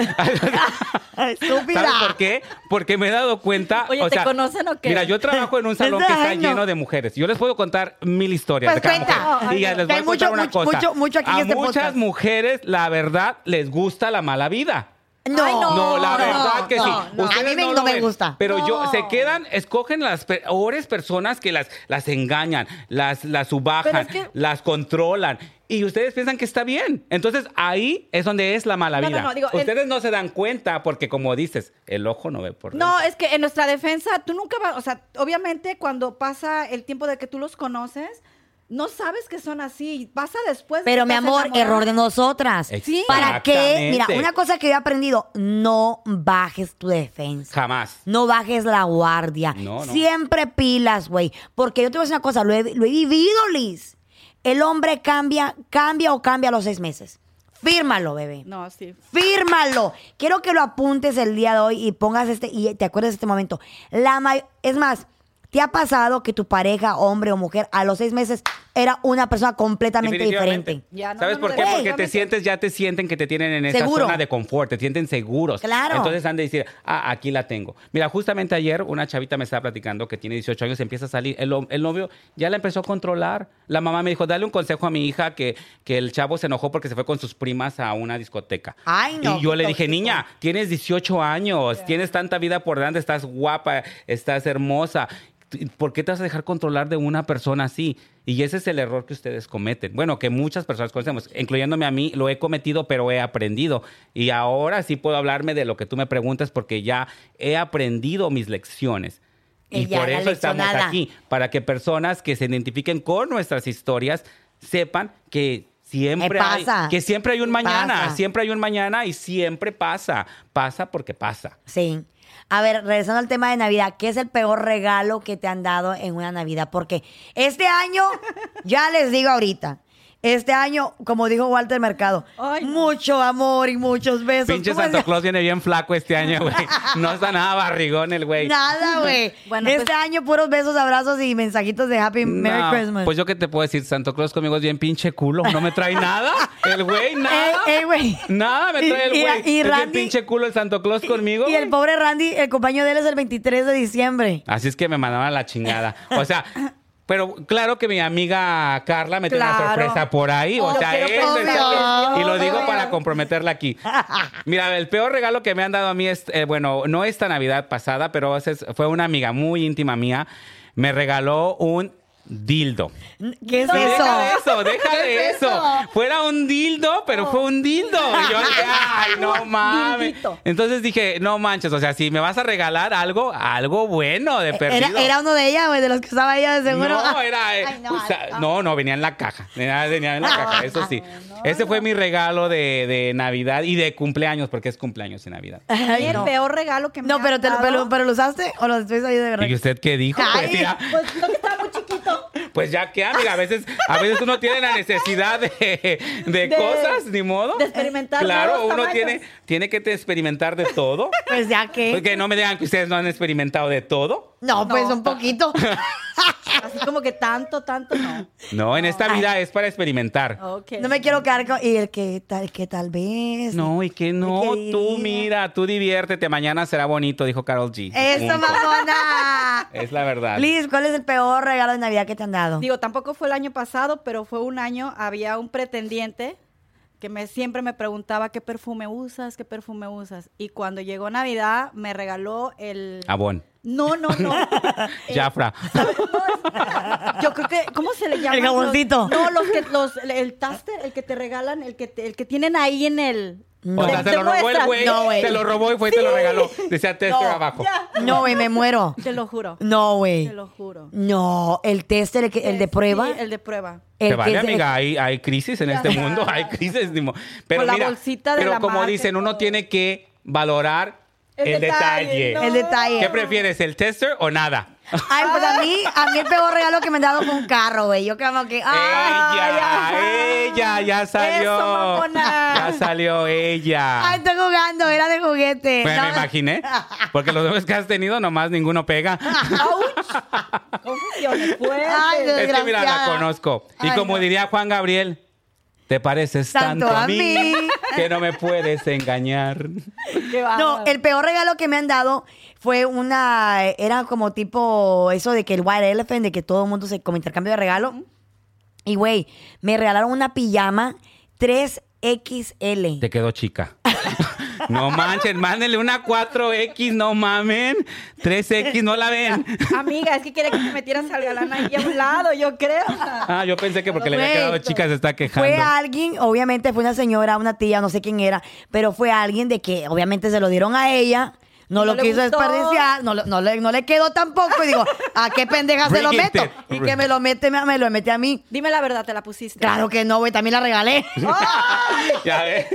Estúpida.
¿Sabes por qué? Porque me he dado
(laughs)
cuenta.
Oye,
o
¿te
sea,
conocen o qué?
Mira, yo trabajo en un salón que
Desde
está
años.
lleno de mujeres. Yo les puedo contar mil historias.
Pues
de cada
cuenta.
mujer. Y ya
Ay,
les voy
que hay
a contar
mucho,
una
mucho,
cosa.
mucho, mucho aquí en
a
este
muchas
podcast.
mujeres, la verdad, les gusta la mala vida.
No,
Ay, no,
No, la
no,
verdad que sí.
no, no.
Ustedes
A mí me-
lo
no me
ven,
gusta.
Pero yo,
No.
se quedan, escogen las peores personas que las, las engañan, las, las
Pero
subajan,
es que-
las controlan. Y ustedes piensan que está bien. Entonces ahí es donde es la mala
No, no,
vida.
no, digo, el-
ustedes no se dan cuenta porque como dices, el ojo no ve por
No, es que en nuestra defensa, tú nunca vas, o sea, obviamente cuando pasa el tiempo de que tú los conoces, no sabes que son así, pasa después. de
Pero
que
mi
estás
amor,
enamorado.
error de nosotras.
Sí.
¿Para qué? Mira,
Exactamente.
una cosa que yo he aprendido, no bajes tu defensa.
Jamás.
No bajes la guardia.
No, no.
Siempre pilas, güey. Porque yo te voy a decir una cosa, lo he, lo he vivido, Liz. El hombre cambia, cambia o cambia a los seis meses. Fírmalo, bebé.
No, sí.
Fírmalo. Quiero que lo apuntes el día de hoy y pongas este y te acuerdes de este momento. La may- es más, ¿te ha pasado que tu pareja, hombre o mujer, a los seis meses era una persona completamente
Definitivamente.
diferente?
Ya, no,
¿Sabes
no,
por
no,
qué? Porque te
definitivamente.
sientes, ya te sienten que te tienen en esa
Seguro.
zona de confort, te sienten seguros.
Claro.
Entonces han de decir, ah, aquí la tengo. Mira, justamente ayer una chavita me estaba platicando que tiene 18 años, empieza a salir. El, hom- el novio ya la empezó a controlar. La mamá me dijo, dale un consejo a mi hija que, que el chavo se enojó porque se fue con sus primas a una discoteca.
Ay, no,
Y yo
qué
le dije,
tóxico.
niña, tienes 18 años, tienes tanta vida por delante, estás guapa, estás hermosa. T- ¿Por qué te vas a dejar controlar de una persona así? Y ese es el error que ustedes cometen. Bueno, que muchas personas conocemos, incluyéndome a mí, lo he cometido, pero he aprendido. Y ahora sí puedo hablarme de lo que tú me preguntas porque ya he aprendido mis lecciones. Y
Ella,
por
la
eso estamos
leccionada.
aquí, para que personas que se identifiquen con nuestras historias sepan que siempre hay-
pasa.
que siempre hay un mañana,
Pasa.
siempre hay un mañana y siempre pasa. Pasa porque pasa.
Sí. A ver, regresando al tema de Navidad, ¿qué es el peor regalo que te han dado en una Navidad? Porque este
(laughs)
año, ya les digo ahorita, este año, como dijo Walter Mercado,
Ay, no.
mucho amor y muchos besos.
Pinche
¿Cómo es?
Santa Claus viene bien flaco este año, güey. No está nada barrigón el güey.
(laughs) Nada, güey.
(laughs) Bueno,
este
pues-
año, puros besos, abrazos y mensajitos de Happy Merry
No,
Christmas.
Pues yo qué te puedo decir, Santo Claus conmigo es bien pinche culo. No me trae nada. El
(laughs)
güey, nada.
Ey, ey,
(laughs)
güey.
Nada me
Y-
trae el
Eh, y-
güey.
y
es bien
Randy-
pinche culo el Santo Claus conmigo.
y el
güey.
pobre Randy, el compañero de él es el 23 de diciembre.
Así es que me mandaban a la chingada. O sea, pero claro que mi amiga Carla me tiene una
Claro.
sorpresa por ahí. O
Yo
sea,
quiero
es el
pensar
sorpre-
que-
y lo digo
Obvio.
para comprometerla aquí. Mira, el peor regalo que me han dado a mí es, eh, bueno, no esta Navidad pasada, pero ese es- fue una amiga muy íntima mía. Me regaló un dildo.
¿Qué es
Deja de
eso?
eso, deja de
es
eso.
eso?
Fuera un dildo, pero fue un dildo. Y yo dije, ay,
(laughs)
no mames.
Dildito.
Entonces dije, no manches, o sea, si me vas a regalar algo, algo bueno de perdido.
E-, Era, era uno de ella, güey, de los que usaba ella, de seguro.
No, era. eh,
Ay, no,
pues,
ay,
ah,
ah.
no, no, venía en la caja. Venía, venía
Ah,
en la caja, eso sí. Ese fue mi regalo de, de Navidad y de cumpleaños, porque es cumpleaños y Navidad.
(laughs) Ay,
Y el
no.
peor regalo que me
No,
han
pero, te,
dado-
pero, pero lo usaste o lo estuviste ahí de verdad.
¿Y usted qué dijo?
Ay.
Pues, ya,
Pues no, que estaba muy chiquito.
(laughs) pues ya que, amiga, a veces, a veces uno tiene la necesidad de, de
De-
cosas, ni modo.
de experimentar
Claro,
nuevos
uno
tamaños.
tiene, tiene que te experimentar de
(laughs)
todo.
Pues ya
(laughs)
que.
Porque no me digan que ustedes no han experimentado de todo.
No, pues
No. (laughs)
un poquito.
Así como que tanto, tanto, no.
No, en esta vida es para experimentar.
Ok.
No me quiero quedar con. Y el que tal, que tal
pues
vez.
No, y que no,
que
tú
diría.
mira, tú diviértete, mañana será bonito, dijo Carol G.
Eso,
Punto.
mamona.
(laughs) Es la verdad.
Liz, ¿cuál es el peor regalo de Navidad que te han dado?
Digo, tampoco fue el año pasado, pero fue un año, había un pretendiente que me, siempre me preguntaba qué perfume usas, qué perfume usas. Y cuando llegó Navidad, me regaló el...
Abón.
No, no, no. Eh,
Jafra.
Yo creo que, ¿cómo se le llama?
El jaboncito.
no, los que, los, el taster, el que te regalan, el que, te- el que tienen ahí en el...
O sea,
(laughs) Te-
se
te
lo robó el
muestras.
güey.
No, güey.
se lo robó y fue y te lo regaló. Decía tester
No,
abajo.
eh. (laughs) ya.
No, güey, me muero.
Te lo juro.
No, güey.
Te lo juro. Eh,
No, el test, el, que- el de prueba.
Sí, el de prueba.
el
Te
que
vale,
es-
amiga, hay, hay crisis en este mundo, hay crisis. ni mo- Pero
Con la
mira,
bolsita de
pero
la
como
marca y
dicen, uno
todo.
tiene que valorar el,
El
detalle.
detalle,
El detalle.
¿Qué prefieres, el tester o nada?
(laughs) Ay, pues a mí, a mí el peor regalo que me han dado fue un carro, güey. Yo como que, ay,
ella, ella, ya salió.
Eso, mamona.
ya salió ella.
ay, estoy jugando, era de juguete.
Pues,
No,
me imaginé. Porque los dos que has tenido, nomás ninguno pega.
¡Auch! Confusiones fuertes.
Ay, no.
Es que mira, la
Desgraciada.
conozco. Y
Ay,
como
no.
diría Juan Gabriel, te pareces tanto, a mí, que no me puedes engañar.
Qué
No,
bárbaro.
el peor regalo que me han dado fue una. Era como tipo eso de que el White Elephant, de que todo el mundo se. como intercambio de regalo. Y güey, me regalaron una pijama 3XL.
Te quedó chica. (laughs) No manchen, mándenle una 4X, no mamen. 3X, no la ven.
Amiga, es que quiere que te metieras al galán ahí a un lado, yo creo.
Ah, yo pensé que porque le había
Güey,
quedado chica se está quejando.
Fue alguien, obviamente fue una señora, una tía, no sé quién era, pero fue alguien de que obviamente se lo dieron a ella, no,
No
lo
le
quiso
gustó.
desperdiciar, no, lo- no le, no le quedó tampoco. Y digo, ¿a qué pendeja se lo meto?
Rígete.
Y que me lo mete, me, me lo mete a mí.
Dime la verdad, te la pusiste.
Claro que no, güey, también la regalé.
Ya ves.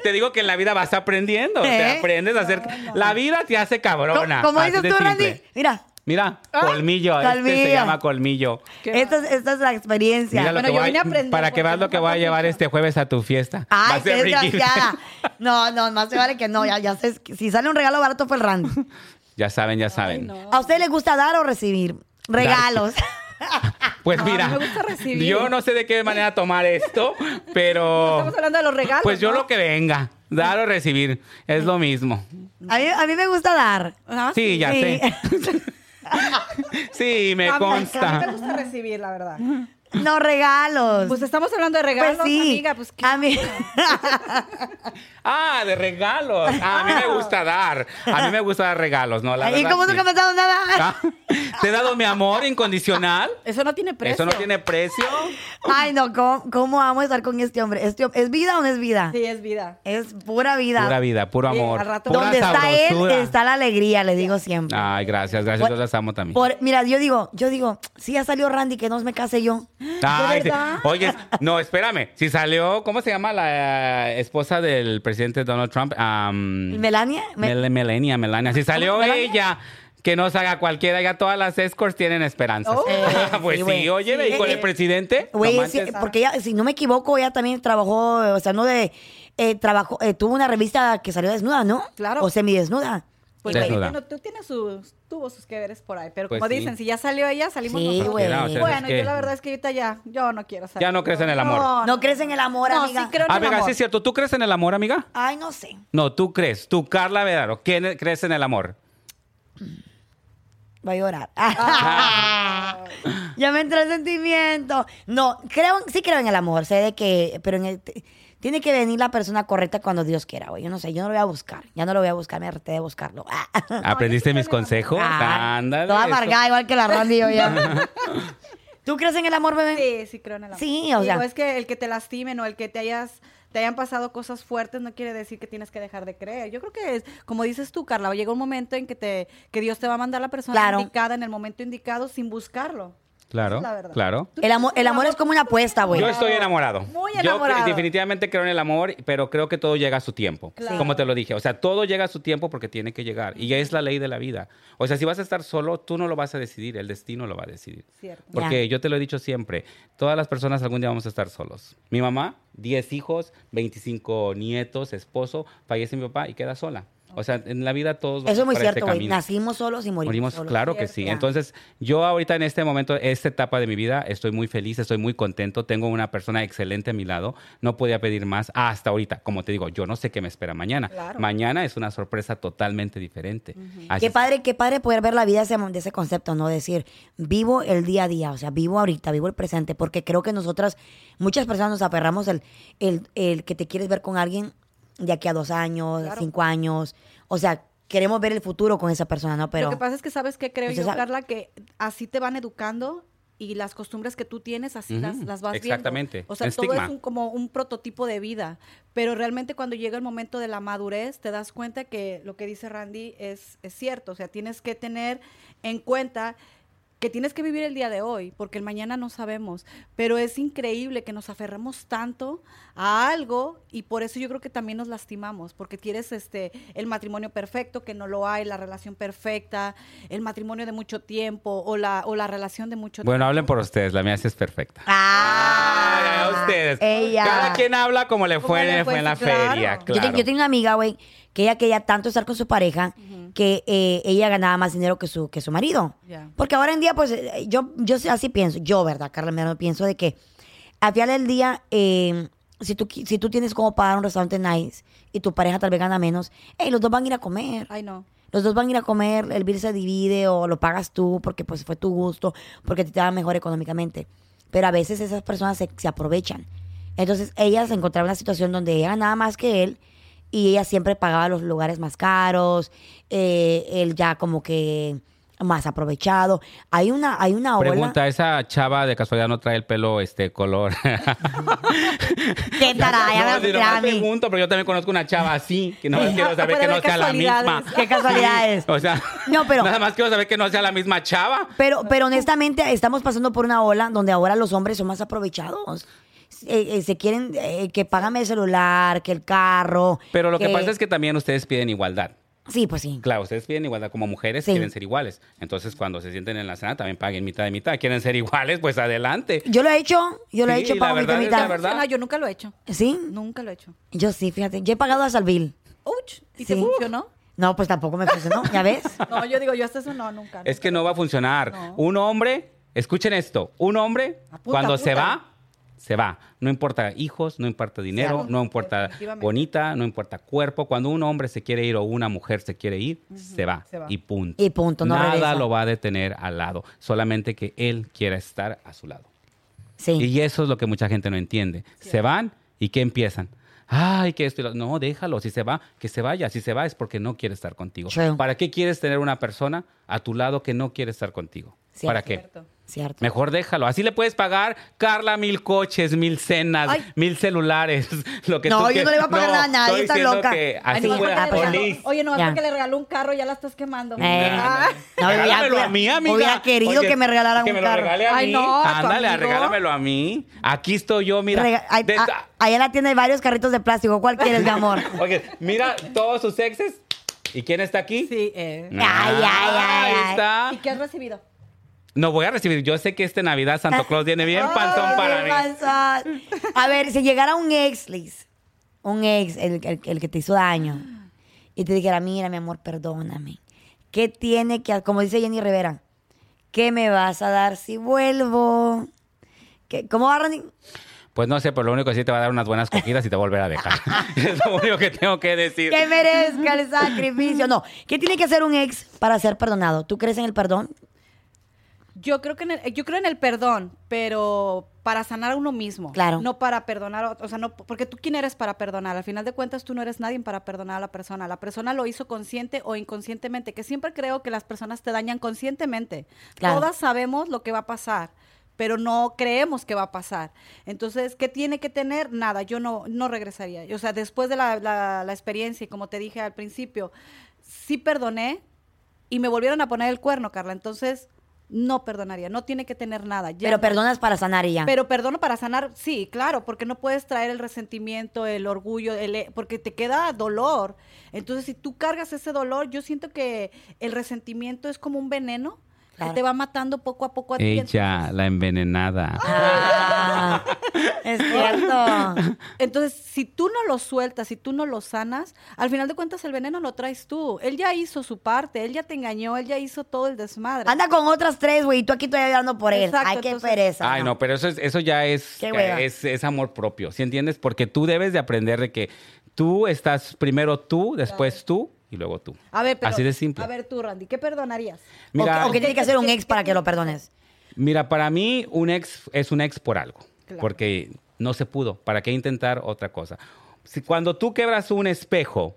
Te digo que en la vida vas aprendiendo. Te
¿Eh?
aprendes a hacer. La vida te hace
(laughs)
cabrona.
Como
así
dices
de
tú,
simple.
Randy, mira,
Mira, colmillo. Este
colmillo.
se llama colmillo.
Qué
esta, es- esta es la experiencia.
Mira lo
Bueno,
que
yo
voy
vine
a-
a aprender,
para que
porque
veas
no
lo que voy a
pasa
llevar
mucho.
este jueves a tu fiesta. Va
Ay,
a
qué
ser Ricky. (laughs)
desgraciada. No, no, más se vale que no. Ya, ya sé, si sale un regalo barato fue el Randy.
Ya saben, ya saben.
no.
¿A usted le gusta dar o recibir regalos?
Pues
No, a mí
mira,
me gusta recibir.
yo no sé de qué manera tomar
(laughs)
esto, pero
Estamos hablando de los regalos.
pues yo
¿no?
lo que venga, dar o recibir, es lo mismo.
A mí, a mí me gusta dar.
Ah,
Sí, ya
sí.
sé. (laughs) Sí, me
Amiga, A mí me
consta.
gusta recibir, la verdad.
(laughs) No regalos.
Pues estamos hablando de regalos,
Pues sí.
amiga. Pues ¿qué?
A mí-
Ah, de regalos. Ah, a mí me gusta dar. A mí me gusta dar regalos, ¿no?
(laughs)
La
¿Y
verdad,
cómo
sí.
nunca me has dado nada?
Ah, Te he dado mi amor incondicional.
Eso no tiene precio.
Eso no tiene precio.
(laughs) Ay, no, ¿cómo, cómo amo estar con este hombre? Este hom- ¿Es vida o no es vida?
Sí, es vida.
Es pura vida.
Pura vida, puro
Sí,
amor.
al rato-
pura
Donde está él,
sabrosura.
está la alegría, le digo siempre.
Ay, gracias, gracias.
Por-
Yo las amo también.
Por- mira, yo digo, yo digo, si ya salió Randy, que no me case yo.
Ay, sí.
verdad?
Ah, Oye, no, espérame. Si salió, ¿cómo se llama la eh, esposa del presidente Donald Trump? Am,
¿Melania? Me-
Mel- Melania, Melania. Si salió
¿Melania?
ella, que no salga cualquiera, ya todas las escorts tienen esperanzas.
Oh.
(laughs) Eh,
(laughs) pues
sí,
sí,
güey.
oye,
Sí.
y con el presidente. no
Güey, sí,
manches.
porque ella, si no me equivoco, ella también trabajó, eh, o sea, no de, eh, trabajó, eh, tuvo una revista que salió desnuda, ¿no?
Claro.
O semidesnuda.
Pues
Sí.
güey,
Desnuda.
tiene- tú tienes sus, tuvo sus que veres por ahí. Pero
Pues
como
sí.
dicnes, si ya salió ella, salimos
Sí,
nosotros.
güey.
Cualquiera, o sea,
Bueno,
es que-
yo la verdad es que ahorita ya, yo no quiero salir.
Ya no crees en el amor.
No, crees en el amor,
No,
amiga.
sí creo en
A
el
ver,
amor.
así Ah, es cierto. ¿Tú crees en el amor, amiga?
Ay, no sé.
No, tú crees. Tú, Carla Vedaro, ¿quién e-, crees en el amor?
Voy a llorar. (laughs)
Ah.
ya me entró el sentimiento. No, creo, sí creo en el amor, sé de que, pero en el- t- tiene que venir la persona correcta cuando Dios quiera, güey. Yo no sé, yo no lo voy a buscar. Ya no lo voy a buscar, me harté de buscarlo.
(laughs)
Ah.
¿Aprendiste
sí creo
mis
en el amor.
consejos?
Ay,
Ándale.
Ah, Toda
eso.
amargada, igual que la Randy
(laughs)
yo ya. ¿Tú crees en el amor, bebé?
Sí, sí creo en el amor.
Sí, o
Digo,
sea-
es que el que te lastimen o el que te hayas te hayan pasado cosas fuertes no quiere decir que tienes que dejar de creer. Yo creo que es como dices tú, Carla, llega un momento en que te que Dios te va a mandar la persona
Claro.
indicada en el momento indicado sin buscarlo.
Claro,
Esa es la verdad.
claro.
El amor, el amor es como una apuesta, güey.
Yo estoy enamorado.
Muy
Yo cre-
enamorado.
definitivamente creo en el amor, pero creo que todo llega a su tiempo.
Claro.
Como te lo dije, o sea, todo llega a su tiempo porque tiene que llegar. Y es la ley de la vida. O sea, si vas a estar solo, tú no lo vas a decidir, el destino lo va a decidir.
Cierto.
Porque yo te lo he dicho siempre, todas las personas algún día vamos a estar solos. Mi mamá, 10 hijos, 25 nietos, esposo, fallece mi papá y queda sola. O sea, en la vida todos vamos
Eso es muy
para este
cierto, güey.
camino.
Nacimos solos y morimos,
Morimos,
solos.
claro que sí.
Cierto.
Entonces, yo ahorita en este momento, esta etapa de mi vida, estoy muy feliz, estoy muy contento, tengo una persona excelente a mi lado, no podía pedir más hasta ahorita. Como te digo, yo no sé qué me espera mañana.
Claro.
Mañana es una sorpresa totalmente diferente. Así
Qué
es-
padre, qué padre poder ver la vida ese- de ese concepto, ¿no? Decir, vivo el día a día, o sea, vivo ahorita, vivo el presente, porque creo que nosotras, muchas personas nos aferramos el, el, el que te quieres ver con alguien de aquí a dos años,
Claro.
cinco años, o sea, queremos ver el futuro con esa persona, ¿no? Pero
Lo que pasa es que sabes que creo
Pues
yo,
esa-
Carla, que así te van educando y las costumbres que tú tienes así
Ujú,
las, las vas viendo.
exactamente.
O sea,
El
todo
estigma.
es un- como un prototipo de vida, pero realmente cuando llega el momento de la madurez te das cuenta que lo que dice Randy es, es cierto, o sea, tienes que tener en cuenta que tienes que vivir el día de hoy, porque el mañana no sabemos, pero es increíble que nos aferramos tanto a algo y por eso yo creo que también nos lastimamos, porque quieres este el matrimonio perfecto, que no lo hay, la relación perfecta, el matrimonio de mucho tiempo o la o la relación de mucho
Bueno,
tiempo.
hablen por ustedes, la mía sí es perfecta.
Ah,
Ay, a ustedes.
Ella.
Cada quien habla como le
Como
fue,
le
le
fue,
fue en la
sí, claro.
feria,
Yo
claro.
Yo, te- yo tenía una amiga, güey, que ella quería tanto estar con su pareja que eh, ella ganaba más dinero que su, que su marido.
Ya.
Porque ahora en día, pues, eh, yo, yo sí- así pienso, yo, ¿verdad, Carla? Me pienso de que al final del día, eh, si, tú, qui- si tú tienes como pagar un restaurante nice y tu pareja tal vez gana menos, hey, los dos van a ir a comer.
Ay, no.
Los dos van a ir a comer, el bill se divide o lo pagas tú porque pues fue tu gusto, porque a ti te va mejor económicamente. Pero a veces esas personas se, se aprovechan. Entonces ella se encontraba en una situación donde ella ganaba más que él y ella siempre pagaba los lugares más caros, eh, él ya como que más aprovechado. Hay una, hay una ola.
Pregunta, ¿esa chava de casualidad no trae el pelo este color?
(laughs) ¿Qué taraya me vas a
no, si nomás
tirar a mí?
pregunto, pero yo también conozco una chava así, que no
Sí.
quiero saber
Puede
que no
haber
sea la misma.
casualidades.
Qué casualidades.
(laughs) O sea,
No, pero-
nada más quiero saber que no sea la misma chava.
Pero, pero honestamente estamos pasando por una ola donde ahora los hombres son más aprovechados. Eh, eh, se quieren eh, que págame el celular, que el carro.
Pero lo que pasa es que también ustedes piden igualdad.
Sí, pues sí.
Claro, ustedes piden igualdad como mujeres,
Sí.
quieren ser iguales. Entonces, cuando se sienten en la cena, también paguen mitad de mitad. ¿Quieren ser iguales? Pues adelante.
Yo lo he hecho, yo lo he
Sí,
hecho
la
pago mitad
verdad es
mitad.
la verdad.
No, yo nunca lo he hecho.
Sí,
Nunca lo he hecho.
yo sí, fíjate. Yo he pagado hasta el bill.
Ouch, ¿y
Sí.
te funcionó?
No, pues tampoco me funcionó, ¿ya ves?
No, yo digo, yo hasta eso no, nunca.
Es que no va a funcionar.
No. Ah,
Un hombre, escuchen esto, un hombre
Apunta,
cuando se
apunta.
va, se va. No importa hijos, no importa dinero,
Claro,
no importa
definitivamente.
bonita, no importa cuerpo. Cuando un hombre se quiere ir o una mujer se quiere ir, se, va,
se va.
Y punto.
Y punto, no
Nada
regresa.
lo va a detener al lado, solamente que él quiera estar a su lado.
Sí.
(laughs) Y eso es lo que mucha gente no entiende. Se van y ¿qué empiezan? Ay, que esto. y lo- No, déjalo. Si se va, que se vaya. Si se va es porque no quiere estar contigo.
True.
¿Para qué quieres tener una persona a tu lado que no quiere estar contigo?
Cierto.
¿Para qué?
Cierto.
Cierto.
Mejor déjalo. Así le puedes pagar, Carla, mil coches, mil cenas,
Ay.
mil celulares. (laughs) Lo que
No,
tú
yo
que-
no le voy a pagar nada a nadie,
estoy
está
diciendo
loca.
que
Ay,
así
nomás
fuera
porque le regaló-
feliz.
Oye, nomás
Ya.
porque le regaló un carro, ya la estás quemando.
Eh,
Ah.
No, ya,
Regálamelo
ya.
a mí, amiga.
Hubiera querido que me regalaran
que
un
me lo
carro.
regale a
Ay,
mí.
no, tu
Ándale,
amigo.
regálamelo a mí. Aquí estoy yo, mira.
Rega- ay- ah.
De- ah,
a- allá en la tienda hay varios carritos de plástico. ¿Cuál quieres,
(laughs)
mi amor?
Oye, mira todos sus exes. ¿Y quién está aquí? Ah,
Sí, eh.
Ay, ay, ay,
Ahí
ay.
está.
¿Y qué has recibido?
No voy a recibir. Yo sé que este Navidad
(laughs)
Santo Claus viene bien
Ay,
panzón para
bien
mí.
panzón. A ver, si llegara un ex, Liz, un ex, el, el- el que te hizo daño, y te dijera, mira, mi amor, perdóname. ¿Qué tiene que, ha- como dice Jenny Rivera, qué me vas a dar si vuelvo? ¿Qué- ¿Cómo va, Randy?
Pues no sé, pero lo único que sí te va a dar unas buenas cogidas y te va a volver a
(laughs)
dejar. (laughs) es lo único que tengo que decir.
Que merezca el sacrificio. No, ¿qué tiene que hacer un ex para ser perdonado? ¿Tú crees en el perdón?
Yo creo que en el, eh, yo creo en el perdón, pero para sanar a uno mismo.
Claro.
No para perdonar, a ot- o sea, no, porque tú quién eres para perdonar. Al final de cuentas, tú no eres nadie para perdonar a la persona. La persona lo hizo consciente o inconscientemente, que siempre creo que las personas te dañan conscientemente.
Claro.
Todas sabemos lo que va a pasar pero no creemos que va a pasar. Entonces, ¿qué tiene que tener? Nada, yo no, no regresaría. O sea, después de la, la- la experiencia, y como te dije al principio, sí perdoné, y me volvieron a poner el cuerno, Carla. Entonces, no perdonaría, no tiene que tener nada. Ya
Pero
no.
perdonas para sanar y ya.
Pero perdono para sanar, sí, claro, porque no puedes traer el resentimiento, el orgullo, el, e- porque te queda dolor. Entonces, si tú cargas ese dolor, yo siento que el resentimiento es como un veneno
Claro.
que te va matando poco a poco a ti.
Ella, la envenenada.
Ah, es cierto.
(laughs) Entonces, si tú no lo sueltas, si tú no lo sanas, al final de cuentas el veneno lo traes tú. Él ya hizo su parte, él ya te engañó, él ya hizo todo el desmadre.
Anda con otras tres, güey, y tú aquí todavía dando por él.
Exacto,
Ay, qué
entonces-
pereza.
Ay, no, pero eso, es- eso ya es,
Qué hueva.
es, es amor propio, ¿sí entiendes? Porque tú debes de aprender de que tú estás primero tú, después tú y luego tú.
A ver, pero,
Así de simple.
A ver tú, Randy, ¿qué perdonarías?
¿O qué-
Mira,
¿O, qué tiene que hacer un ex para que lo perdones?
Mira, para mí un ex es un ex por algo,
Claro.
porque no se pudo. ¿Para qué intentar otra cosa? Si cuando tú quebras un espejo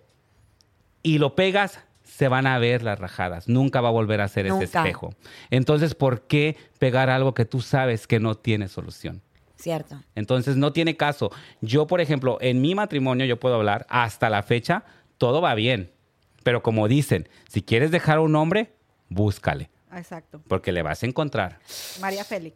y lo pegas, se van a ver las rajadas. Nunca va a volver a ser ese
Nunca.
espejo. Entonces, ¿por qué pegar algo que tú sabes que no tiene solución?
Cierto.
Entonces no tiene caso. Yo, por ejemplo, en mi matrimonio, yo puedo hablar, hasta la fecha, todo va bien. Pero como dicen, si quieres dejar a un hombre, búscale.
Exacto.
Porque le vas a encontrar.
María Félix.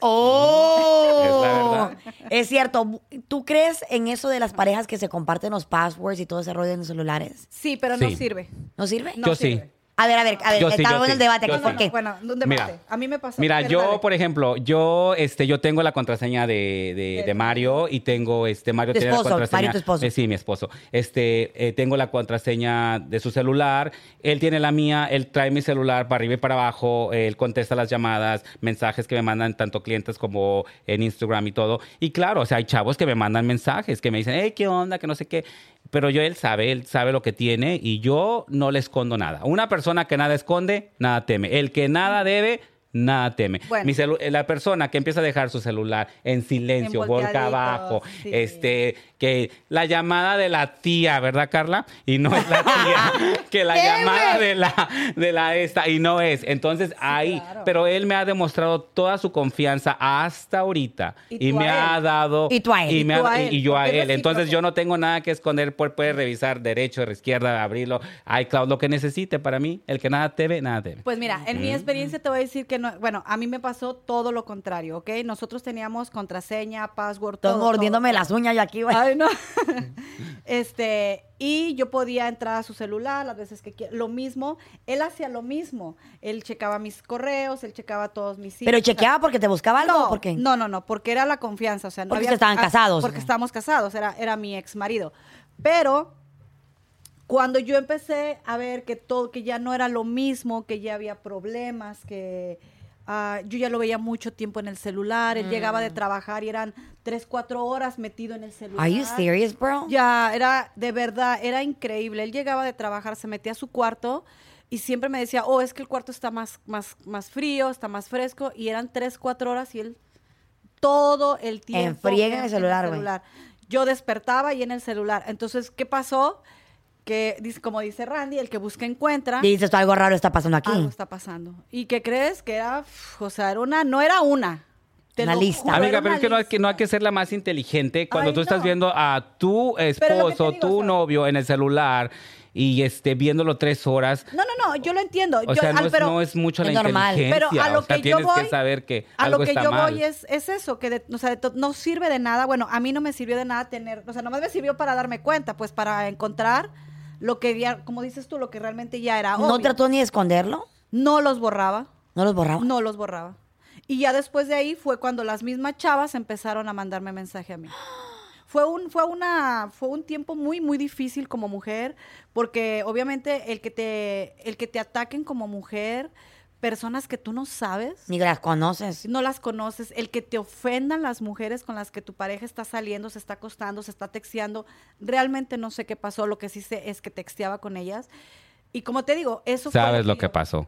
¡Oh!
Es
es, cierto. ¿Tú crees en eso de las parejas que se comparten los passwords y todo ese rollo en los celulares?
Sí, pero no
Sí.
sirve.
¿No sirve?
No
yo
sirve.
sí.
A ver, a ver, a ver.
Yo sí,
está
yo
bueno el
sí,
debate.
yo
aquí,
sí.
¿Por qué?
Bueno, un debate.
Mira.
a mí me pasó.
Mira,
pero
yo,
dale.
por ejemplo, yo, este, yo tengo la contraseña de, de- de Mario y tengo, este, Mario
Tu
tiene
esposo,
la contraseña.
Mario, tu esposo.
Eh, sí, mi esposo. Este, eh, tengo la contraseña de su celular, él tiene la mía, él trae mi celular para arriba y para abajo, él contesta las llamadas, mensajes que me mandan tanto clientes como en Instagram y todo. Y claro, o sea, hay chavos que me mandan mensajes, que me dicen, hey, ¿qué onda? Que no sé qué. Pero yo, él sabe, él sabe lo que tiene y yo no le escondo nada. Una persona que nada esconde, nada teme. El que nada debe, nada teme.
Bueno.
Mi celu- la persona que empieza a dejar su celular en silencio,
En
boca
volteadito,
abajo,
sí.
este, que la llamada de la tía, ¿verdad, Carla? Y no es la tía,
(laughs)
que la llamada de la, de la esta, y no es. Entonces, ahí,
claro.
pero él me ha demostrado toda su confianza hasta ahorita.
Y
Y,
tú
me
a él.
ha dado.
Y tú a él.
Y, me
Y tú
ha-
a
y-
él,
y yo a
porque es
él. Entonces,
recíproco.
yo no tengo nada que esconder. Puede, puede revisar derecho, izquierda, abrirlo, iCloud, lo que necesite para mí. El que nada te ve, nada te ve.
Pues mira, en mi experiencia te voy a decir que no, bueno, a mí me pasó todo lo contrario, ¿ok? Nosotros teníamos contraseña, password,
Estoy
todo,
mordiéndome
todo.
las uñas yo aquí, güey.
Ay, no. (laughs) este, y yo podía entrar a su celular las veces que quiera. Lo mismo, él hacía lo mismo. Él checaba mis correos, él checaba todos mis
Pero
emails, o sea,
chequeaba porque te buscaba algo
no,
o por qué?
No, no, no, porque era la confianza, o sea, no
Porque
había-
ustedes estaban
ah,
casados, o
Porque
sea.
estábamos casados, era era mi ex marido. Pero cuando yo empecé a ver que todo que ya no era lo mismo, que ya había problemas, que ah, yo ya lo veía mucho tiempo en el celular, él llegaba de trabajar y eran tres, cuatro horas metido en el celular.
Mm. Are you serious, bro?
Ya, era de verdad, era increíble. Él llegaba de trabajar, se metía a su cuarto y siempre me decía, oh, es que el cuarto está más, más, más frío, está más fresco. Y eran tres, cuatro horas y él todo el tiempo.
friega en el celular, güey.
Yo despertaba y en el celular. Entonces, ¿qué pasó? Que, dice- como dice Randy, el que busca encuentra.
Y dices, algo raro está pasando aquí.
Algo está pasando. ¿Y qué crees? Que era, pf, o sea, era una, no era una. Te
Una
lo
lista.
juro,
Amiga,
era
pero
una
es que no, hay que no hay
lista.
que ser la más inteligente cuando
Ay,
tú estás
no.
viendo a tu esposo,
digo, o
tu
sea-
novio en el celular y este, viéndolo tres horas.
No, no, no, yo lo entiendo.
O
yo,
sea,
al-
no, es,
pero-
no es mucho
Es
la
normal.
inteligencia.
Pero a lo
o sea,
que yo
tienes
voy,
que saber que
a
algo
lo que
está
yo
mal.
voy es, es eso, que de- o sea, de to- no sirve de nada, bueno, a mí no me sirvió de nada tener, o sea, nomás me sirvió para darme cuenta, pues para encontrar lo que ya, como dices tú, lo que realmente ya era
¿No
obvio.
trató ni de esconderlo?
No los borraba,
¿No los borraba?
no los borraba. Y ya después de ahí fue cuando las mismas chavas empezaron a mandarme mensaje a
(gasps)
mí. Fue un, fue una, fue un tiempo muy, muy difícil como mujer, porque obviamente el que te, el que te ataquen como mujer, personas que tú no sabes,
Ni las conoces.
no las conoces, el que te ofendan las mujeres con las que tu pareja está saliendo, se está acostando, se está texteando, realmente no sé qué pasó, lo que sí sé es que texteaba con ellas. Y como te digo, eso fue
Sabes lo que
yo-
pasó.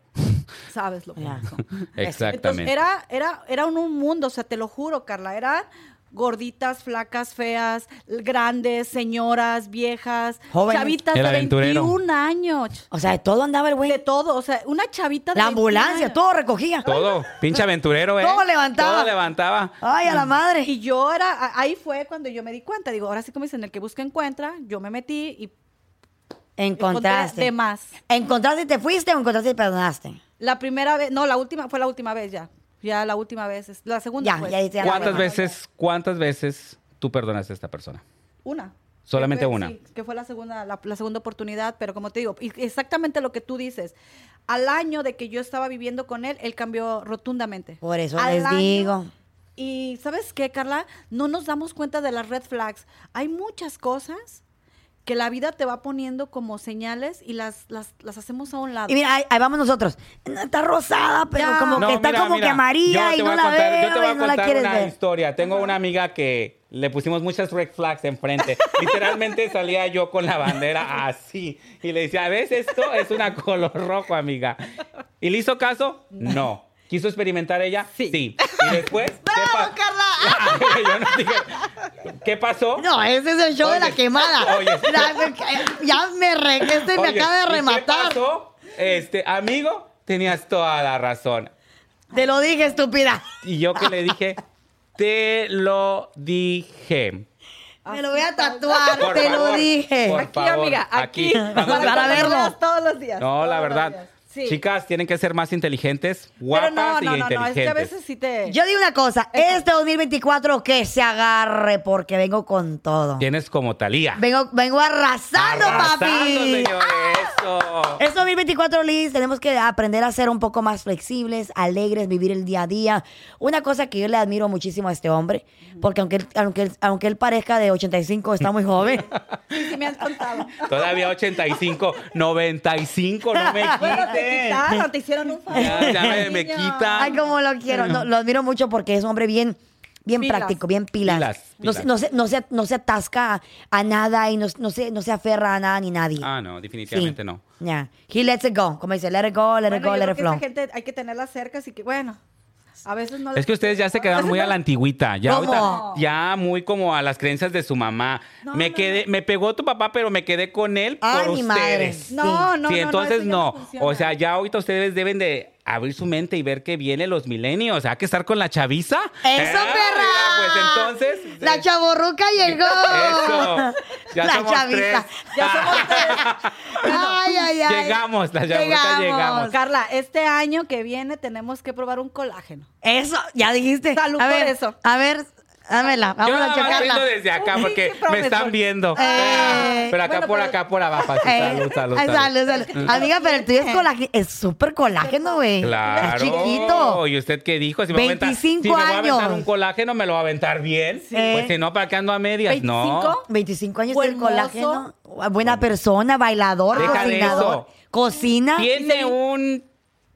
Sabes lo que
Ya.
pasó. (laughs) Entonces,
Exactamente.
era, era, era un, un mundo, o sea, te lo juro, Carla, eran gorditas, flacas, feas, l- grandes, señoras, viejas,
Jóvenes.
chavitas
El
de
aventurero.
21 años,
O sea, de todo andaba el
de
güey.
todo, o sea, una chavita de
La
21
ambulancia,
años.
todo recogía.
Todo, pinche aventurero, ¿eh?
Todo levantaba.
Todo levantaba.
Ay,
Mm.
a la madre.
Y yo era, a- ahí fue cuando yo me di cuenta, digo, ahora sí como dicen, el que busca encuentra, yo me metí y encontré de
Encontraste.
más.
¿Encontraste y te fuiste o encontraste y perdonaste?
La primera vez, no, la última, fue la última vez ya, ya la última vez, es- la segunda
Ya,
pues.
ya dice, ya la
¿Cuántas
verdad.
veces, cuántas veces tú perdonaste a esta persona?
Una.
Solamente
Que fue-
una.
sí, que fue la segunda, la, la segunda oportunidad, pero como te digo, y- exactamente lo que tú dices. Al año de que yo estaba viviendo con él, él cambió rotundamente.
Por eso
Al
les
año-
digo.
Y ¿sabes qué, Carla? No nos damos cuenta de las red flags. Hay muchas cosas que la vida te va poniendo como señales y las, las, las hacemos a un lado.
Y mira, ahí, ahí vamos nosotros. No, Está rosada, pero
Ya.
como
No,
que está
mira,
como
mira,
que
yo
amarilla
te
y
voy
no
a
la
contar- Yo te voy
veo
a
y no la
contar
quieres
una
ver.
historia. Tengo una amiga que le pusimos muchas red flags enfrente. Literalmente salía yo con la bandera así. Y le decía, ¿ves esto? Es una color rojo, amiga. ¿Y le hizo caso? No. ¿Quiso experimentar ella?
Sí.
Y después... ¿qué
¡Bravo,
pa- (laughs)
Carla!
Yo no dije- ¿Qué pasó?
No, ese es el show de la
Oye,
quemada.
(laughs) oye.
La- ya me re, este me
Oye,
acaba de
¿y qué
rematar.
pasó? Este, amigo, tenías toda la razón.
Te lo dije, estúpida.
Y yo que le dije, te lo dije.
Ah,
Me lo voy a tatuar,
Por
te lo
favor,
dije.
por
Aquí,
favor,
amiga, aquí.
aquí.
Para
que lo
verlo.
veas Todos los días.
No, la
todos los
verdad.
días. Sí.
Chicas, tienen que ser más inteligentes, guapas
Pero no,
y
no, no, no, es
inteligentes.
que a veces sí te...
Yo digo una cosa, este 2024 que se agarre porque vengo con todo.
Tienes como Talía.
Vengo, vengo arrasando, papi.
señores,
Ah.
eso.
Este 2024, Liz, tenemos que aprender a ser un poco más flexibles, alegres, vivir el día a día. Una cosa que yo le admiro muchísimo a este hombre, porque aunque él, aunque él- aunque él parezca de 85, está muy joven.
Sí, sí me han contado.
Todavía 85, 95, no me
Bueno, te
quiten.
quitaron, te hicieron un favor.
Ya, ya me- me
niño.
quitan.
Ay, como lo quiero. No, lo admiro mucho porque es un hombre bien, bien
Pilas.
práctico, bien pilas.
Pilas,
No, se-
pilas.
no se, no, se, no se atasca a nada y no, no se, no se aferra a nada ni nadie.
Ah, no, definitivamente no.
Yeah. He lets it go. Como dice, let it go, let
Bueno,
it go,
yo
let
creo
it
que
flow.
esa gente hay que tenerla cerca, así que bueno, a veces no...
Es que ustedes ya se quedaron muy a la antigüita, ya
¿Cómo?
ahorita- ya muy como a las creencias de su mamá.
No,
me
no,
quedé, me pegó tu papá, pero me quedé con él
Ay,
por
mi madre.
ustedes.
(laughs) No, no,
Sí.
no.
sí, entonces
eso ya
no.
funciona.
O sea, ya ahorita ustedes deben de abrir su mente y ver que vienen los milenios. Hay que estar con la chaviza.
¡Eso,
Ah,
perra!
mira, Pues entonces.
La
eh,
chaborruca llegó.
Eso. Ya
la
somos
chavista.
tres.
Ya
(laughs)
somos tres.
Ay, ay, ay.
Llegamos, la chaborruca, llegamos.
Carla, este año que viene tenemos que probar un colágeno.
Eso, ya dijiste.
Salud
a
por
ver,
eso.
A ver, dámela. Vamos
Yo
a
nada más
checarla.
vengo desde acá
Sí,
porque
qué
me
profesor.
están viendo.
Eh.
Pero acá
Bueno,
por
pero-
acá por abajo. así,
Eh,
Salud, salud,
ay,
salud.
salud, salud. Amiga, pero el tuyo es colágeno. Es súper colágeno, güey.
Claro.
Es chiquito.
¿Y usted qué dijo? Si me voy a aventar-
25
si me voy a aventar
años.
un colágeno, ¿me lo va a aventar bien?
Eh.
Pues si no, ¿para qué ando a medias? No.
25?
25 años
Buen
el colágeno. Ah, Buena persona, bailador,
Deja de
cocinador.
eso.
Cocina,
Tiene un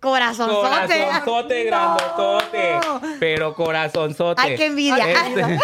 corazonzote.
Corazonzote, grandotote. Pero corazonzote.
Ay, qué envidia.
Este-
Ay,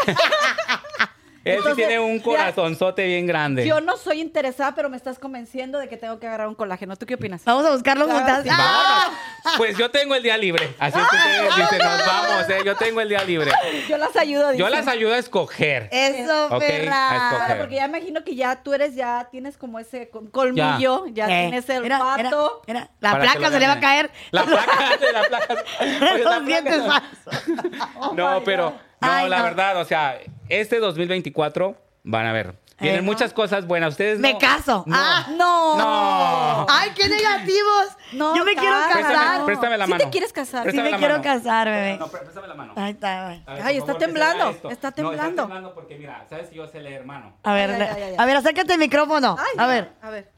Él sí
Entonces,
tiene un
mira,
corazonzote bien grande.
Yo no soy interesada, pero me estás convenciendo de que tengo que agarrar un colágeno. ¿Tú qué opinas?
Vamos a buscarlo
Claro,
juntas.
sí.
¡Ah!
Vámonos. Pues yo tengo el día libre. Así es que ustedes dicen, nos vamos, ¿eh? Yo tengo el día libre.
Yo las ayudo.
Yo
dice.
las ayudo a escoger.
Eh, Eso,
Ok, a
perra.
escoger.
Claro, porque ya imagino que ya tú eres, ya tienes como ese col- colmillo, ya,
Eh,
tienes el
era- era-
pato.
era- la
Para que
placa
lo
se le va a
gane.
caer.
La
(laughs)
placa, (laughs) de la placa. Oye, la
Los dientes
placa-
falsos.
No,
my
pero,
God.
no,
Ay,
la
no.
verdad, o sea, este 2024, van a ver, tienen
Eh, no.
muchas cosas buenas. Ustedes
Me
no-
caso.
no.
Ah, (laughs) no.
No.
Ay, qué negativos.
No,
Yo me quiero
Carla.
casar.
Préstame, préstame la
¿Sí te
mano.
quieres casar?
Sí
Préstame
me
la
quiero
mano.
casar, bebé.
No, pré- préstame la mano.
Ahí está, güey.
A ver, por
Ay, está
favor, que se
temblando,
vea esto.
está
No,
temblando.
temblando porque, mira, sabes que yo sé leer mano.
A ver,
Ay, ay, ay, ay.
a ver, acércate el micrófono.
Ay,
a ver,
A ver.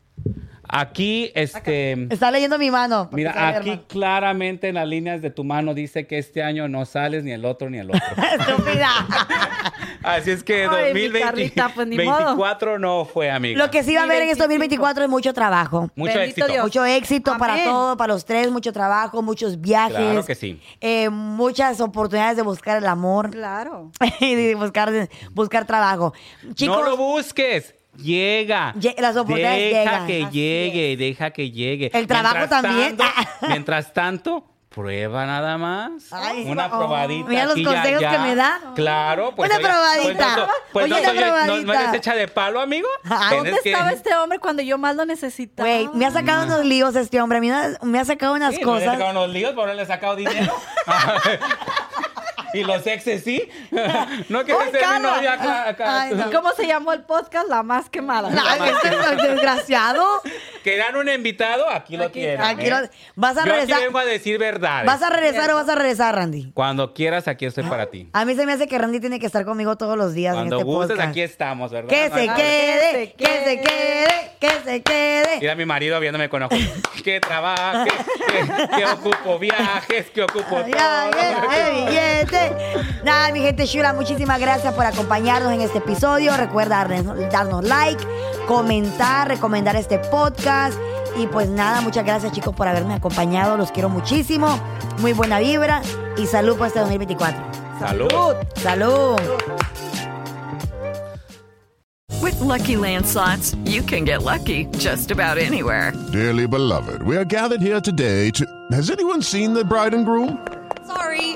Aquí, este...
está leyendo mi mano. porque
Mira,
sabe,
aquí
hermano. (laughs)
claramente en las líneas de tu mano dice que este año no sales ni el otro ni el otro.
(laughs)
Estúpida.
Así es que
Ay, mi Carlita, pues, ni modo.
2024 no fue, amiga.
Lo que sí va a
Mi
haber en
25.
este 2024 es mucho trabajo.
Mucho
Bendito
éxito.
Dios.
Mucho éxito para
Amén.
todos, para los tres, mucho trabajo, muchos viajes.
Claro que sí.
Eh, muchas oportunidades de buscar el amor
Claro.
(laughs) y de buscar, buscar trabajo. Chicos,
no lo busques. Llega.
Lle- las oportunidades
Deja
llegan.
que
Así
llegue, deja que llegue.
El trabajo también. (laughs)
tanto- mientras tanto, prueba nada más.
Ay,
una
oh.
probadita.
Mira los
aquí y
consejos
allá.
que me da.
Claro, pues.
Una probadita.
Pues, no, pues,
Oye,
no
una
soy- no- ¿No,
probadita.
eres hecha de palo,
(laughs)
amigo?
Ay,
Tienes
¿Dónde
que-
estaba este hombre cuando yo más lo necesitaba?
güey, me ha sacado unos líos este hombre. A mí una- me ha sacado unas
Ah. Sí, No le he
cosas. (laughs)
sacado unos líos, pero no le he sacado dinero. (laughs) y los exes sí. (laughs) no quieres
Ay,
ser mi
Carla.
novia acá. acá.
Ay, no.
¿Cómo se llamó el podcast? La más quemada.
Ay, este desgraciado.
¿Querían un invitado? Aquí lo
Aquí-
tienen.
aquí
¿eh?
lo- vas a
Yo
regresar-
Aquí vengo a decir verdades.
¿Vas a regresar o vas a regresar, Randy?
Cuando quieras, aquí estoy para ti.
A mí se me hace que Randy tiene que estar conmigo todos los días
Cuando
en este
gustes,
podcast.
aquí estamos, ¿verdad?
Que
No
se
hay problema.
quede, que
Que se
se quede, que se quede.
Mira mi marido viéndome con ojos. que trabaje, que, que ocupo viajes, que ocupo
Ay, ay,
todo.
ay, billete. Nada, mi gente chula, muchísimas gracias por acompañarnos en este episodio. Recuerda darnos, darnos like, comentar, recomendar este podcast. Y pues nada, muchas gracias chicos por haberme acompañado. Los quiero muchísimo. Muy buena vibra y salud por este 2024.
Salud.
Salud.
With Lucky Land slots, you can get lucky just about anywhere.
Dearly beloved, we are gathered here today to. Has anyone seen the bride and groom?
Sorry,